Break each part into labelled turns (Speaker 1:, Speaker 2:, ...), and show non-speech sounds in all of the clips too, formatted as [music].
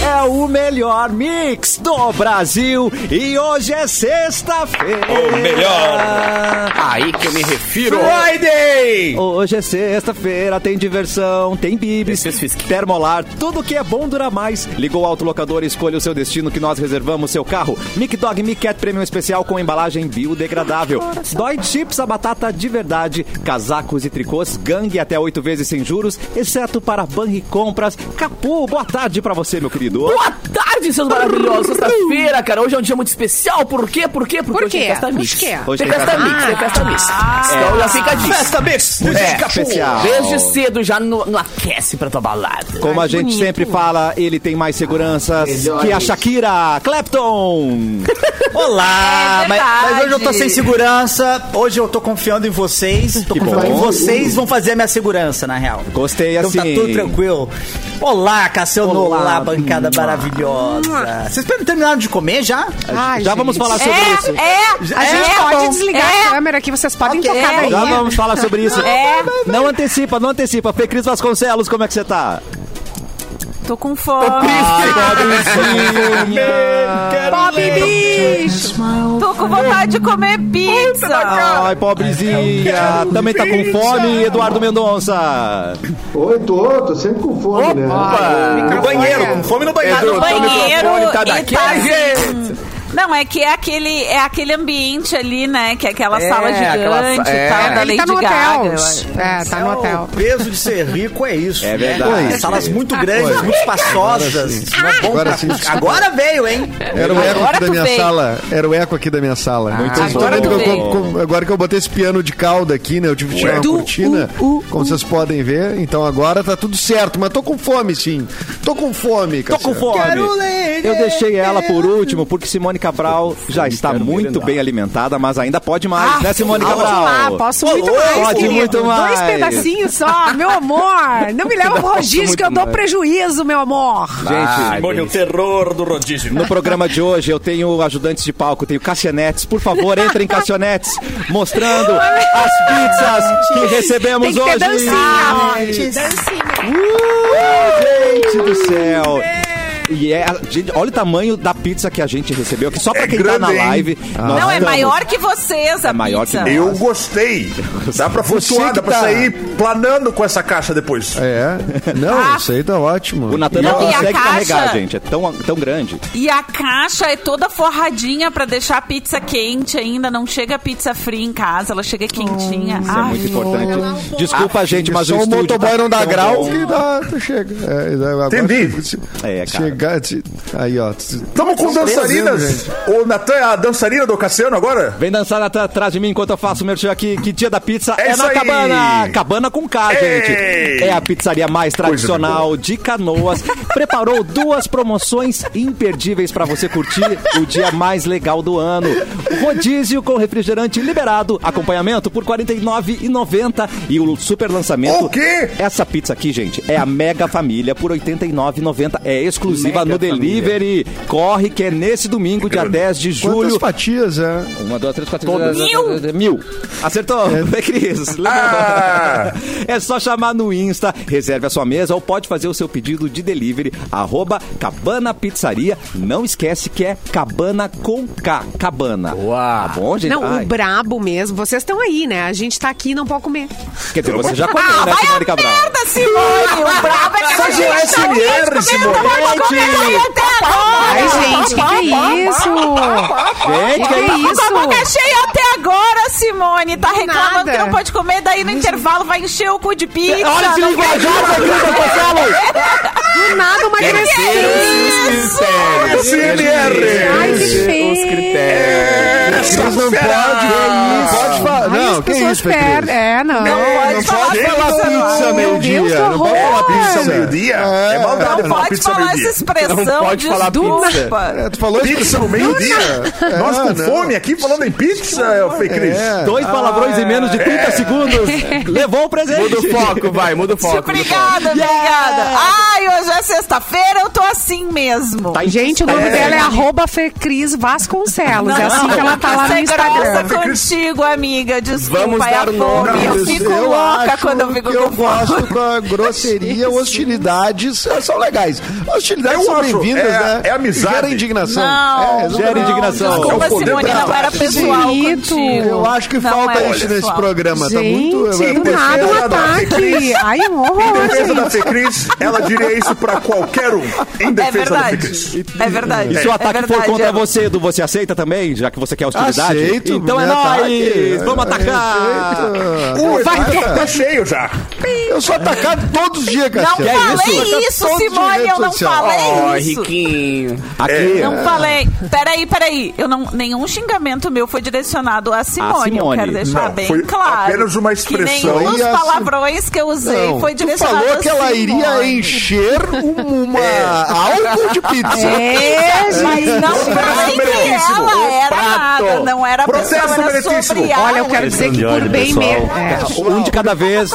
Speaker 1: É melhor mix do Brasil e hoje é sexta-feira.
Speaker 2: O melhor. Aí que eu me refiro.
Speaker 3: Friday!
Speaker 1: Hoje é sexta-feira, tem diversão, tem bibis,
Speaker 2: Tem Swiss Kick.
Speaker 1: termolar, tudo que é bom dura mais. Ligou o autolocador e escolha o seu destino que nós reservamos seu carro. Mic Dog Mic Cat Premium Especial com embalagem biodegradável. Dói chips, a batata de verdade, casacos e tricôs, gangue até oito vezes sem juros, exceto para Banri Compras. Capu, boa tarde pra você, meu querido.
Speaker 3: Boa tarde, seus maravilhosos. Sexta-feira, cara. Hoje é um dia muito especial. Por quê? Por quê? Porque
Speaker 4: Por
Speaker 3: hoje
Speaker 4: quê?
Speaker 3: tem festa mix.
Speaker 4: Por quê?
Speaker 1: Hoje
Speaker 3: tem
Speaker 1: tem
Speaker 3: festa
Speaker 1: festa
Speaker 5: Ah.
Speaker 3: mix, tem festa mix. Então já fica disso.
Speaker 2: Festa Mix,
Speaker 3: É,
Speaker 2: música
Speaker 1: especial.
Speaker 3: Desde cedo já no, no aquece pra tua balada.
Speaker 1: Ah. Como
Speaker 4: Ai,
Speaker 1: a gente
Speaker 4: bonito.
Speaker 1: sempre fala, ele tem mais seguranças que a Shakira Clapton.
Speaker 6: Olá,
Speaker 4: É
Speaker 6: mas,
Speaker 4: verdade.
Speaker 6: mas hoje eu tô sem segurança, hoje eu tô confiando em vocês, tô
Speaker 1: Que
Speaker 6: confiando
Speaker 1: bom.
Speaker 6: que vocês vão fazer a minha segurança, na real.
Speaker 1: Gostei
Speaker 6: Então
Speaker 1: assim.
Speaker 6: tá tudo tranquilo. Olá, Cassiano,
Speaker 1: Olá. hum.
Speaker 6: olá, bancada maravilhosa. Vocês terminaram de comer já?
Speaker 4: Ai,
Speaker 1: Já vamos falar sobre
Speaker 4: é,
Speaker 1: isso.
Speaker 4: É, a gente
Speaker 6: É,
Speaker 4: pode
Speaker 6: bom.
Speaker 4: desligar
Speaker 5: É.
Speaker 4: a câmera aqui, vocês podem
Speaker 5: Ok.
Speaker 4: tocar daí.
Speaker 1: Já vamos falar sobre isso.
Speaker 4: É.
Speaker 1: Não antecipa, não antecipa. Fê Cris Vasconcelos, como é que você tá?
Speaker 5: Tô com fome. Pobre bicho. Tô com vontade de comer pizza.
Speaker 1: Ai, pobrezinha. Também tá com fome, Eduardo Mendonça.
Speaker 7: Oi, tô, tô sempre com fome, né?
Speaker 2: No banheiro, com fome no banheiro.
Speaker 4: No banheiro
Speaker 2: tá
Speaker 4: e
Speaker 2: daqui,
Speaker 4: tá
Speaker 2: gente.
Speaker 5: Não, é que é aquele, é aquele ambiente ali, né? Que é aquela
Speaker 3: É,
Speaker 5: sala gigante
Speaker 3: aquela sa-
Speaker 5: e tal,
Speaker 3: é.
Speaker 5: da Lady
Speaker 4: Ele tá no
Speaker 5: Gaga.
Speaker 4: hotel.
Speaker 5: eu-
Speaker 4: É, tá no hotel. Ah,
Speaker 6: O peso de ser rico é isso.
Speaker 1: É
Speaker 6: né?
Speaker 1: verdade.
Speaker 6: Salas muito grandes, muito espaçosas. Não é bom
Speaker 8: Agora
Speaker 6: pra-
Speaker 8: sim.
Speaker 6: Agora veio, hein?
Speaker 8: Era o eco
Speaker 5: Agora
Speaker 8: aqui da
Speaker 5: tu
Speaker 8: minha
Speaker 5: veio.
Speaker 8: sala. Era o eco aqui da minha sala. Muito
Speaker 5: bom. Agora tu
Speaker 8: Agora, que eu,
Speaker 5: veio.
Speaker 8: com- com- agora que eu botei esse piano de cauda aqui, né? Eu tive que tirar uma
Speaker 1: Do-
Speaker 8: cortina.
Speaker 1: u- u-
Speaker 8: como vocês podem ver. Então agora tá tudo certo. Mas tô com fome, sim. Tô com fome,
Speaker 1: Tô
Speaker 8: cara.
Speaker 1: com fome. Eu deixei ela por último, porque Simone Cabral já está muito bem alimentada, mas ainda pode mais, né, Simone
Speaker 4: Ah, posso
Speaker 1: Cabral?
Speaker 4: lá, posso
Speaker 1: Ô,
Speaker 4: muito mais,
Speaker 1: Pode
Speaker 4: querido.
Speaker 1: muito mais.
Speaker 4: Dois pedacinhos só, meu amor. Não me leva pro rodízio que eu dou prejuízo, meu amor.
Speaker 1: Gente,
Speaker 2: Simone, o terror do rodízio.
Speaker 1: No programa de hoje eu tenho ajudantes de palco, tenho Cassionetes. Por favor, entrem em Cassionetes, mostrando as pizzas que recebemos
Speaker 4: Tem que ter
Speaker 1: hoje.
Speaker 4: dancinha.
Speaker 1: Uh, gente do céu. E é, gente, olha o tamanho da pizza que a gente recebeu aqui, só
Speaker 8: É
Speaker 1: pra quem tá na
Speaker 2: grande, hein?
Speaker 1: live. nós
Speaker 5: Não, é
Speaker 1: estamos-
Speaker 5: maior que vocês a
Speaker 1: É maior que
Speaker 5: pizza.
Speaker 1: nós.
Speaker 2: Eu gostei. Dá pra
Speaker 8: Você
Speaker 2: flutuar, dá
Speaker 8: que
Speaker 2: pra
Speaker 8: tá.
Speaker 2: sair planando com essa caixa depois.
Speaker 8: É. Não, isso aí tá ótimo.
Speaker 1: O Natan não,
Speaker 5: Não, e a
Speaker 1: consegue
Speaker 5: caixa?
Speaker 1: carregar, gente. É tão, tão grande.
Speaker 5: E a caixa é toda forradinha pra deixar a pizza quente ainda. Não chega a pizza fria em casa, ela chega quentinha.
Speaker 1: Isso é
Speaker 5: Ai,
Speaker 1: muito importante. Desculpa, gente, mas
Speaker 8: Ah, Só
Speaker 1: o
Speaker 8: o
Speaker 1: estúdio
Speaker 8: motoboy
Speaker 1: tá
Speaker 8: não dá
Speaker 1: tão
Speaker 8: grau
Speaker 1: bom.
Speaker 8: que dá, chega. É, agora-
Speaker 2: Entendi.
Speaker 8: se-
Speaker 1: É, cara.
Speaker 8: Chegar, se- aí, ó.
Speaker 2: Tamo com dançarinas. O Natan é a dançarina do Cassiano agora?
Speaker 1: Vem dançar at- atrás de mim enquanto eu faço o merchan aqui, que dia da pizza é,
Speaker 2: É isso
Speaker 1: na
Speaker 2: aí.
Speaker 1: cabana. Cabana com K, gente.
Speaker 2: Ei.
Speaker 1: É a pizzaria mais tradicional de Canoas. Preparou duas promoções imperdíveis pra você curtir o dia mais legal do ano. Rodízio com refrigerante liberado, acompanhamento por R$ 49,90 e o super lançamento.
Speaker 2: O quê?
Speaker 1: Essa pizza aqui, gente, é a Mega Família por R$ 89,90. É exclusiva no delivery. Corre que é nesse domingo, dia 10 de
Speaker 8: Quantas
Speaker 1: julho.
Speaker 8: fatias é?
Speaker 1: Uma, duas, três, quatro. Mil! Mil. Acertou, é. Cris.
Speaker 2: Ah!
Speaker 1: [laughs] É só chamar no Insta, reserve a sua mesa ou pode fazer o seu pedido de delivery, arroba Cabana Pizzaria. Não esquece que é Cabana com K. Cabana. Tá bom, gente?
Speaker 4: Não,
Speaker 1: Ai,
Speaker 4: o brabo mesmo. Vocês estão aí, né? A gente tá aqui e não pode comer.
Speaker 1: Quer dizer, você já
Speaker 4: Ah,
Speaker 1: comeu, né, Simone Cabral?
Speaker 5: Merda, Simone! O brabo é que
Speaker 2: Só
Speaker 5: a
Speaker 2: de
Speaker 5: gente tá
Speaker 2: SMR, Simone.
Speaker 4: Ai, gente, que que é isso?
Speaker 1: Gente,
Speaker 4: Que
Speaker 1: que-
Speaker 4: que é
Speaker 5: Com a boca
Speaker 4: isso?
Speaker 5: cheia até agora, Simone. Tá reclamando
Speaker 4: Nada.
Speaker 5: que não pode comer, daí no intervalo vai encher o cu de pizza.
Speaker 1: Olha esse
Speaker 5: não
Speaker 1: linguajar, Cris Vasconcelos!
Speaker 4: Do nada uma crescente.
Speaker 2: É, fera. é
Speaker 8: Cris não pode. é
Speaker 4: Ai, que feio.
Speaker 8: Pode falar.
Speaker 4: Ai,
Speaker 8: Não,
Speaker 4: as
Speaker 8: que
Speaker 4: pessoas
Speaker 8: isso, Fê Cris?
Speaker 4: perdem. É, não.
Speaker 8: Não
Speaker 2: falar
Speaker 8: pode falar
Speaker 2: pizza, não.
Speaker 8: pizza
Speaker 4: Meu Deus, que
Speaker 8: meio-dia. Não pode
Speaker 4: horror.
Speaker 8: falar
Speaker 2: Pizza
Speaker 8: pizza
Speaker 2: meio-dia? É,
Speaker 8: É.
Speaker 2: maldade
Speaker 5: Não
Speaker 2: falar
Speaker 5: pode
Speaker 2: pizza
Speaker 5: falar essa
Speaker 2: meio-dia.
Speaker 5: expressão,
Speaker 3: Não pode falar
Speaker 5: desculpa.
Speaker 8: É, tu falou
Speaker 2: Pizza no meio-dia?
Speaker 8: É,
Speaker 2: Nós com
Speaker 8: não.
Speaker 2: fome aqui falando em pizza, Fê Cris.
Speaker 8: É.
Speaker 1: Dois palavrões em menos de 30 segundos.
Speaker 4: [laughs]
Speaker 1: Levou o presente.
Speaker 3: É. Muda o foco, vai, muda o foco. muda o foco.
Speaker 5: Obrigada, obrigada. Ai, hoje é sexta-feira, eu tô assim mesmo.
Speaker 1: Tá em-
Speaker 4: Gente, o nome
Speaker 1: É.
Speaker 4: dela é arroba Fecris Vasconcelos. É assim que ela tá lá
Speaker 5: Nossa,
Speaker 4: no
Speaker 5: é
Speaker 4: Instagram.
Speaker 5: grossa contigo, amiga. Vamos
Speaker 9: dar
Speaker 5: é a
Speaker 9: nome.
Speaker 8: Então,
Speaker 5: fome. Eu fico louca
Speaker 8: acho
Speaker 5: quando eu fico
Speaker 8: que eu
Speaker 5: com fome.
Speaker 8: gosto da grosseria, hostilidades eh, são legais. Hostilidades
Speaker 2: Eu
Speaker 8: são
Speaker 2: acho,
Speaker 8: bem-vindas,
Speaker 2: é-
Speaker 8: né?
Speaker 2: é amizade.
Speaker 8: Gera indignação.
Speaker 5: Não,
Speaker 8: É,
Speaker 5: não,
Speaker 1: gera indignação.
Speaker 5: Desculpa,
Speaker 2: É o poder
Speaker 5: Simone,
Speaker 2: da-
Speaker 5: não era
Speaker 8: Sim.
Speaker 5: pessoal
Speaker 4: Bonito.
Speaker 5: contigo.
Speaker 8: Eu acho que
Speaker 5: Não
Speaker 8: falta
Speaker 5: era
Speaker 8: isso nesse
Speaker 5: pessoal.
Speaker 8: programa. tá muito.
Speaker 4: Gente, do
Speaker 8: é,
Speaker 4: nada um
Speaker 2: defesa da
Speaker 4: ataque. [laughs]
Speaker 2: Fecris.
Speaker 4: Ai, um
Speaker 2: Em
Speaker 4: horror.
Speaker 2: defesa da
Speaker 4: gente.
Speaker 2: Fecris, ela diria isso pra qualquer um. Em defesa
Speaker 5: É
Speaker 2: da
Speaker 5: verdade.
Speaker 2: Fecris.
Speaker 5: É verdade.
Speaker 1: E se o
Speaker 5: É
Speaker 1: ataque for
Speaker 5: verdade,
Speaker 1: contra
Speaker 5: é.
Speaker 1: você, Edu, você aceita também, já que você quer hostilidade?
Speaker 8: aceito.
Speaker 1: então é
Speaker 8: né,
Speaker 1: nóis!
Speaker 8: ataque.
Speaker 1: Vamos atacar!
Speaker 8: Aceito.
Speaker 5: Uh,
Speaker 2: O Eduardo
Speaker 8: é.
Speaker 4: ter-
Speaker 2: tá cheio já.
Speaker 8: Eu sou atacado todos os dias, cara.
Speaker 5: Não falei
Speaker 8: tá
Speaker 5: isso, Simone, eu não
Speaker 9: Ó,
Speaker 5: falei isso.
Speaker 9: Riquinho.
Speaker 1: Aqui.
Speaker 9: É.
Speaker 5: Não falei. Peraí, peraí. Eu não, nenhum xingamento meu foi direcionado a Simone.
Speaker 1: Simone.
Speaker 5: Eu quero deixar
Speaker 2: Não,
Speaker 5: bem
Speaker 2: foi
Speaker 5: claro.
Speaker 2: apenas uma expressão. assim-
Speaker 5: Que nenhum dos
Speaker 8: E a Sim-
Speaker 5: palavrões que eu usei
Speaker 8: Não,
Speaker 5: foi
Speaker 8: tu
Speaker 5: direcionado
Speaker 8: falou
Speaker 5: a
Speaker 8: que ela iria
Speaker 5: Simone. É.
Speaker 8: encher um- uma álcool de pizza.
Speaker 4: É, gente.
Speaker 5: Não
Speaker 2: Processo
Speaker 5: falei que
Speaker 2: meritíssimo.
Speaker 5: ela era
Speaker 9: Prato.
Speaker 5: nada, não era
Speaker 2: Processo
Speaker 5: pessoa, era
Speaker 2: meritíssimo.
Speaker 5: sobre
Speaker 4: Olha, eu
Speaker 5: ela.
Speaker 4: quero dizer que por bem mesmo.
Speaker 1: Um de cada vez.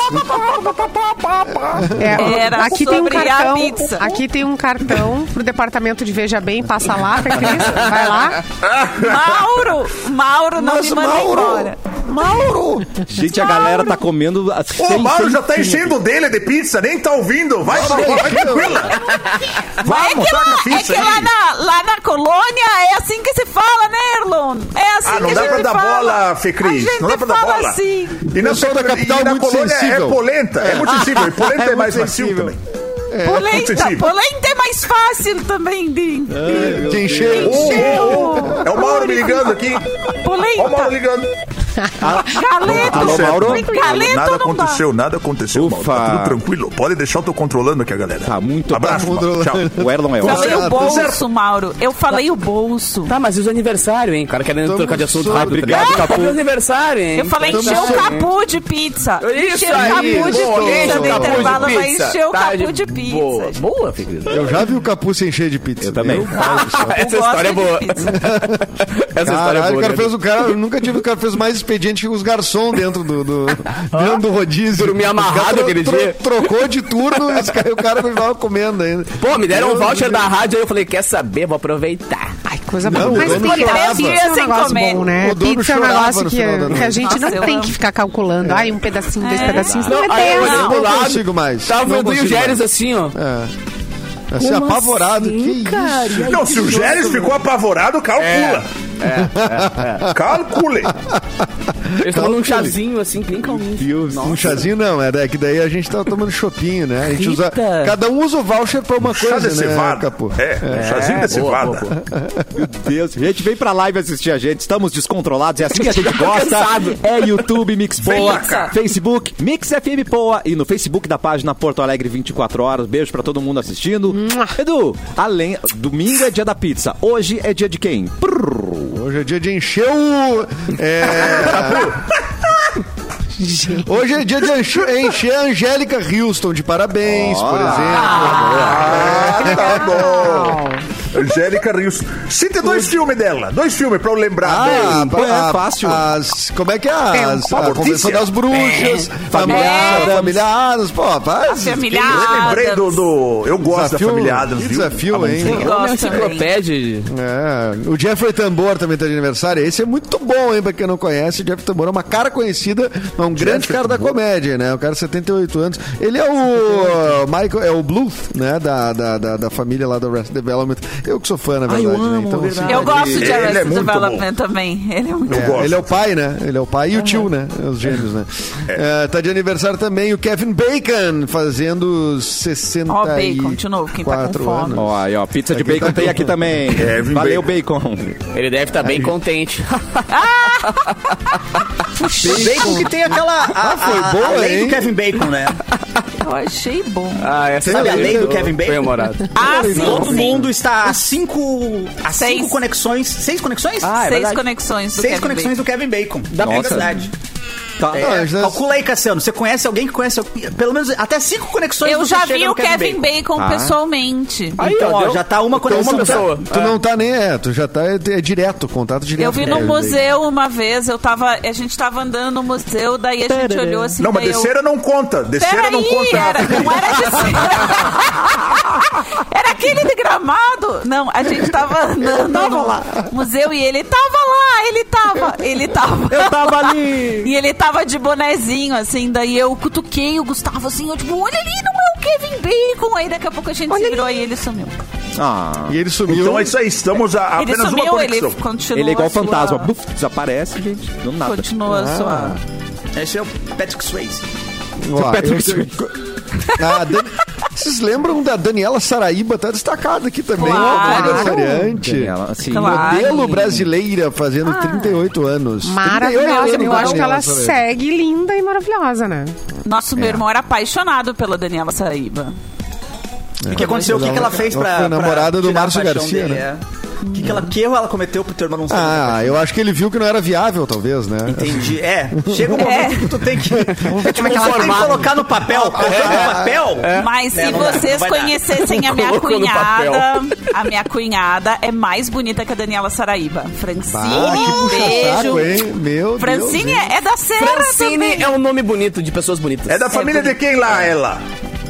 Speaker 4: É,
Speaker 5: Era
Speaker 4: aqui tem um
Speaker 5: sobre a
Speaker 4: cartão.
Speaker 5: pizza.
Speaker 4: Aqui tem um cartão pro departamento de Veja Bem, passa lá, Fê Cris, vai lá.
Speaker 8: [laughs]
Speaker 5: Mauro, Mauro, não
Speaker 8: Mas
Speaker 5: me manda
Speaker 8: Mauro-
Speaker 5: embora.
Speaker 8: Mauro!
Speaker 1: Gente, a galera tá comendo. as-
Speaker 2: Ô,
Speaker 1: sem-
Speaker 2: o Mauro
Speaker 1: sem
Speaker 2: já tá
Speaker 1: fim.
Speaker 2: enchendo o dele de pizza, nem tá ouvindo. Vai, vai, vai, tranquila.
Speaker 5: é
Speaker 2: Vamos,
Speaker 5: que,
Speaker 2: taca a
Speaker 5: lá, é
Speaker 2: pizza
Speaker 5: que lá,
Speaker 2: aí.
Speaker 5: na, lá na colônia é assim que se fala, né, Erlon? É assim
Speaker 2: Ah, não
Speaker 5: que a
Speaker 2: dá pra
Speaker 5: gente
Speaker 2: dar
Speaker 5: fala.
Speaker 2: bola, Fê Cris.
Speaker 5: A gente
Speaker 2: Não dá pra dar
Speaker 5: fala
Speaker 2: bola.
Speaker 5: assim.
Speaker 2: E na,
Speaker 8: Pessoal da
Speaker 2: e
Speaker 8: capital
Speaker 2: na
Speaker 8: muito
Speaker 2: colônia
Speaker 8: sensível.
Speaker 2: é polenta. É muito sensível. E polenta
Speaker 8: [laughs] É
Speaker 2: é,
Speaker 8: muito
Speaker 2: mais macio
Speaker 8: sensível.
Speaker 2: também. É, muito
Speaker 5: Polenta,
Speaker 2: sensível.
Speaker 5: polenta é mais fácil também de...
Speaker 8: De encher. um.
Speaker 2: Ô, ô, ô. É o Mauro me ligando aqui. Ó o Mauro
Speaker 5: Polenta,
Speaker 2: ligando.
Speaker 5: caleto.
Speaker 1: Alô, Mauro?
Speaker 5: Caleto
Speaker 2: Nada
Speaker 5: então não dá.
Speaker 2: aconteceu, nada aconteceu, Mauro. Tá
Speaker 1: Ufa.
Speaker 2: tudo tranquilo. Pode deixar, eu tô controlando aqui a galera.
Speaker 1: Tá muito
Speaker 2: Abraço,
Speaker 8: bom.
Speaker 2: Mauro. Tchau.
Speaker 1: O Erlon é
Speaker 5: Eu falei
Speaker 1: ótimo.
Speaker 5: o bolso, Mauro. Eu falei o bolso.
Speaker 9: Tá, mas e os aniversários, hein? O cara querendo
Speaker 8: Tamo
Speaker 9: trocar de assunto
Speaker 8: sobre.
Speaker 9: rápido.
Speaker 1: Obrigado,
Speaker 9: tá ligado?
Speaker 1: Capu.
Speaker 9: Tá aniversário, hein?
Speaker 5: Eu falei,
Speaker 9: Tá
Speaker 5: encher o
Speaker 9: certo.
Speaker 5: capu de pizza.
Speaker 9: Isso
Speaker 5: encher o
Speaker 9: aí,
Speaker 5: capu de
Speaker 9: boa,
Speaker 5: pizza
Speaker 9: isso, capu
Speaker 5: no
Speaker 9: de
Speaker 5: intervalo, vai
Speaker 9: pizza.
Speaker 5: encher o
Speaker 9: Tá
Speaker 5: capu
Speaker 9: de-
Speaker 5: de pizza.
Speaker 9: Boa, boa Fê Cris.
Speaker 8: Eu já vi o capuz se encher de pizza.
Speaker 1: Eu também.
Speaker 9: Essa
Speaker 5: Eu gosto
Speaker 9: história é
Speaker 5: de
Speaker 9: boa.
Speaker 5: pizza.
Speaker 9: Essa história é
Speaker 8: Caralho,
Speaker 9: boa.
Speaker 8: o cara
Speaker 9: né?
Speaker 8: fez o cara. Eu nunca tive o cara fez mais expediente que os garçons dentro
Speaker 5: [laughs]
Speaker 8: do, do- dentro do rodízio.
Speaker 9: Dormi
Speaker 8: Os
Speaker 9: amarrado
Speaker 8: caras
Speaker 9: aquele dia.
Speaker 8: Trocou de turno e os cara- o cara continuava comendo ainda.
Speaker 9: Pô, me deram um
Speaker 8: Meu
Speaker 9: voucher
Speaker 8: Deus.
Speaker 9: da rádio, aí eu falei, quer saber, vou aproveitar.
Speaker 4: Ai, coisa
Speaker 8: Não,
Speaker 4: boa.
Speaker 8: o
Speaker 4: Mas
Speaker 8: dono
Speaker 4: tem
Speaker 8: chorava.
Speaker 4: três dias é um
Speaker 5: Sem
Speaker 4: negócio
Speaker 5: comer.
Speaker 4: bom, né?
Speaker 8: O dono
Speaker 4: Pizza é um
Speaker 8: chorava
Speaker 4: negócio
Speaker 8: no
Speaker 4: que,
Speaker 8: final da
Speaker 4: que a
Speaker 8: noite.
Speaker 4: gente
Speaker 5: Nossa,
Speaker 4: não
Speaker 5: eu
Speaker 4: tem
Speaker 5: amo.
Speaker 4: que ficar calculando. Ai, um pedacinho, dois
Speaker 5: É.
Speaker 4: pedacinhos. Não,
Speaker 9: aí
Speaker 4: é
Speaker 9: eu
Speaker 4: dessa.
Speaker 9: olhei pro
Speaker 8: Não
Speaker 9: lado,
Speaker 8: consigo mais.
Speaker 9: Tava
Speaker 8: Não
Speaker 9: o Edu e o
Speaker 8: consigo
Speaker 9: Géris assim, ó.
Speaker 8: Assim, apavorado. que É, isso?
Speaker 2: Não, se o Gélis ficou apavorado, calcula.
Speaker 8: é,
Speaker 2: Calcule.
Speaker 9: Eles tomando um chazinho assim, bem calminho.
Speaker 8: Então, Deus, um chazinho não, é da- que daí a gente tava tomando chopinho, né? A gente usa,
Speaker 9: Rita.
Speaker 8: cada um usa o voucher pra uma
Speaker 2: Chá
Speaker 8: coisa,
Speaker 2: de
Speaker 8: né,
Speaker 2: cevada.
Speaker 8: Capô?
Speaker 2: É, chazinho de
Speaker 9: boa, boa,
Speaker 2: cevada.
Speaker 1: Deus, gente, vem pra live assistir a gente. Estamos descontrolados, é assim que a
Speaker 9: [laughs]
Speaker 1: gente gosta.
Speaker 9: cansado.
Speaker 1: É YouTube Mix Poa,
Speaker 2: pra cá.
Speaker 1: Facebook Mix FM Poa e no Facebook da página Porto Alegre 24 horas. Beijo pra todo mundo assistindo. Edu, além, domingo é dia da pizza. Hoje é dia de quem?
Speaker 8: Hoje é dia de encher o.
Speaker 2: [laughs]
Speaker 8: É, Capu. [laughs] Hoje é dia de encher, encher a Angélica Houston de parabéns, por exemplo.
Speaker 2: Ah, tá bom. Angélica Rios. Cita dois filmes dela. Dois filmes pra eu lembrar dele.
Speaker 1: pô, é fácil.
Speaker 8: Ah, As, como é que é? As,
Speaker 2: uma
Speaker 8: a
Speaker 2: notícia.
Speaker 8: Convenção das Bruxas,
Speaker 1: Família
Speaker 8: família,
Speaker 1: Addams.
Speaker 8: família Addams, pô, faz.
Speaker 2: Eu
Speaker 5: Familiar.
Speaker 2: lembrei do, do- Eu gosto
Speaker 8: Desafio-
Speaker 2: da família Adams,
Speaker 8: que
Speaker 2: viu?
Speaker 8: desafio,
Speaker 2: A mãozinha.
Speaker 8: hein?
Speaker 9: Uma
Speaker 5: Gosto também.
Speaker 9: enciclopédia.
Speaker 8: É, o Jeffrey Tambor também tá de aniversário. Esse é muito bom, hein, pra quem não conhece. O Jeffrey Tambor é uma cara conhecida, é um grande cara da comédia, né? O cara de 78 anos. Ele é o Michael, é o Bluth, né? Da, da, da, da família lá do Arrested Development. Eu que sou fã, na verdade, né? Então, assim,
Speaker 5: Eu gosto
Speaker 2: Ele
Speaker 5: de
Speaker 2: é
Speaker 5: Arrested
Speaker 2: muito
Speaker 5: Development também. Ele é muito
Speaker 2: Eu
Speaker 8: é,
Speaker 2: gosto.
Speaker 8: ele é o pai, né? Ele é o pai e o tio, né? Os gêmeos, né? É, tá de aniversário também o Kevin Bacon, fazendo 60
Speaker 5: Ó, Bacon, de novo, quem tá com fome.
Speaker 8: anos.
Speaker 1: Ó, aí, ó, pizza de
Speaker 6: É
Speaker 8: Aqui
Speaker 1: bacon
Speaker 8: tá
Speaker 1: tem
Speaker 8: com-
Speaker 1: aqui também.
Speaker 2: Kevin
Speaker 1: Valeu, bacon.
Speaker 9: Ele deve estar bem contente.
Speaker 6: Bacon que tem aquela.
Speaker 1: Ah,
Speaker 6: A,
Speaker 8: foi
Speaker 6: a-
Speaker 8: boa,
Speaker 6: a lei
Speaker 8: hein?
Speaker 6: do Kevin Bacon, né?
Speaker 5: Eu achei bom.
Speaker 9: Ah, essa
Speaker 6: Sabe a lei do
Speaker 9: foi-
Speaker 6: Kevin Bacon?
Speaker 9: Foi humorado.
Speaker 5: Ah,
Speaker 6: Todo
Speaker 5: sim, sim.
Speaker 6: mundo está a cinco. A
Speaker 5: Seis.
Speaker 6: cinco conexões. Seis conexões?
Speaker 9: Ah, é
Speaker 5: Seis
Speaker 9: verdade.
Speaker 5: conexões do
Speaker 6: Seis
Speaker 5: Kevin
Speaker 6: conexões do Kevin Bacon. Da
Speaker 1: Nossa.
Speaker 6: verdade.
Speaker 1: Tá.
Speaker 6: É,
Speaker 8: Ah, já-
Speaker 6: calcula aí, Cassiano. Você conhece alguém que conhece alguém- pelo menos até cinco conexões
Speaker 5: Eu
Speaker 6: você
Speaker 5: já
Speaker 6: chega
Speaker 5: vi
Speaker 6: no
Speaker 5: o Kevin Bacon
Speaker 1: Ah.
Speaker 5: pessoalmente.
Speaker 9: Aí,
Speaker 6: Então,
Speaker 9: ó,
Speaker 6: ó,
Speaker 9: deu-
Speaker 6: já tá uma
Speaker 9: Então,
Speaker 6: conexão.
Speaker 9: uma pessoa.
Speaker 8: Tu não tá nem, é, tu já tá é, é direto, contato direto.
Speaker 5: Eu vi
Speaker 8: com
Speaker 5: no
Speaker 8: Kevin Bacon.
Speaker 5: museu uma vez, eu tava, a gente tava andando no museu, daí a gente olhou assim,
Speaker 2: Não, mas
Speaker 5: daí eu-
Speaker 2: desceram não conta. Desceram não
Speaker 5: Peraí,
Speaker 2: conta.
Speaker 5: era, não era de cima. Era aquele de gramado? Não, a gente tava andando no museu e ele tava lá, ele tava, ele tava.
Speaker 1: [laughs] Eu tava ali.
Speaker 5: E ele tava de bonezinho, assim, daí eu cutuquei o Gustavo, assim, eu tipo, olha ali, não é o Kevin Bacon. Aí daqui a pouco a gente se virou e ele sumiu.
Speaker 1: Ah,
Speaker 8: E ele sumiu.
Speaker 2: Então é isso aí, estamos a a
Speaker 5: ele
Speaker 2: apenas uma
Speaker 5: sumiu, ele
Speaker 2: conexão.
Speaker 5: continuou
Speaker 1: ele é igual
Speaker 5: a sua-
Speaker 1: fantasma. Buf, desaparece, gente. Do nada.
Speaker 5: Continua a sua...
Speaker 6: Esse é o Patrick Swayze.
Speaker 1: [laughs]
Speaker 8: Ó,
Speaker 1: Patrick
Speaker 8: eu- A Dani- Vocês lembram da Daniela Saraíba? Tá destacada aqui também.
Speaker 5: Claro.
Speaker 8: Olha, variante.
Speaker 1: Daniela, assim,
Speaker 5: Claro. Ah.
Speaker 8: Modelo brasileira fazendo 38 anos. 38 anos,
Speaker 4: Maravilhosa. Eu acho que
Speaker 8: Daniela
Speaker 4: ela é
Speaker 8: Saraíba.
Speaker 4: segue linda e maravilhosa, né?
Speaker 5: Nosso meu irmão era apaixonado pela Daniela Saíba.
Speaker 6: O que aconteceu? O que, que ela fez
Speaker 8: Ela
Speaker 6: pra.
Speaker 8: foi namorada
Speaker 6: pra
Speaker 8: do
Speaker 6: tirar a
Speaker 8: Márcio
Speaker 6: paixão
Speaker 8: Garcia,
Speaker 6: dele, é? O que, que ela, que erro ela cometeu pro teu irmão não saber?
Speaker 8: Ah, eu acho que ele viu que não era viável, talvez, né?
Speaker 2: Então,
Speaker 6: Entendi. [laughs] É, chega um momento que tu tem que. Como é que
Speaker 9: ela
Speaker 6: ela tem que
Speaker 9: formada.
Speaker 6: colocar no papel? Colocar no papel?
Speaker 5: Mas
Speaker 6: É,
Speaker 5: se
Speaker 6: não dá,
Speaker 5: vocês
Speaker 6: não vai dar.
Speaker 5: conhecessem a minha
Speaker 9: Colocou no
Speaker 5: cunhada, a minha cunhada é mais bonita que a Daniela Saraíba. Francine,
Speaker 8: Ah, que puxa
Speaker 2: um
Speaker 8: saco,
Speaker 5: beijo.
Speaker 8: hein? Meu
Speaker 5: Francine
Speaker 8: Deus.
Speaker 5: é, é da Serra
Speaker 9: Francine
Speaker 5: também.
Speaker 9: é um nome bonito de pessoas bonitas.
Speaker 2: É da família de quem lá, ela?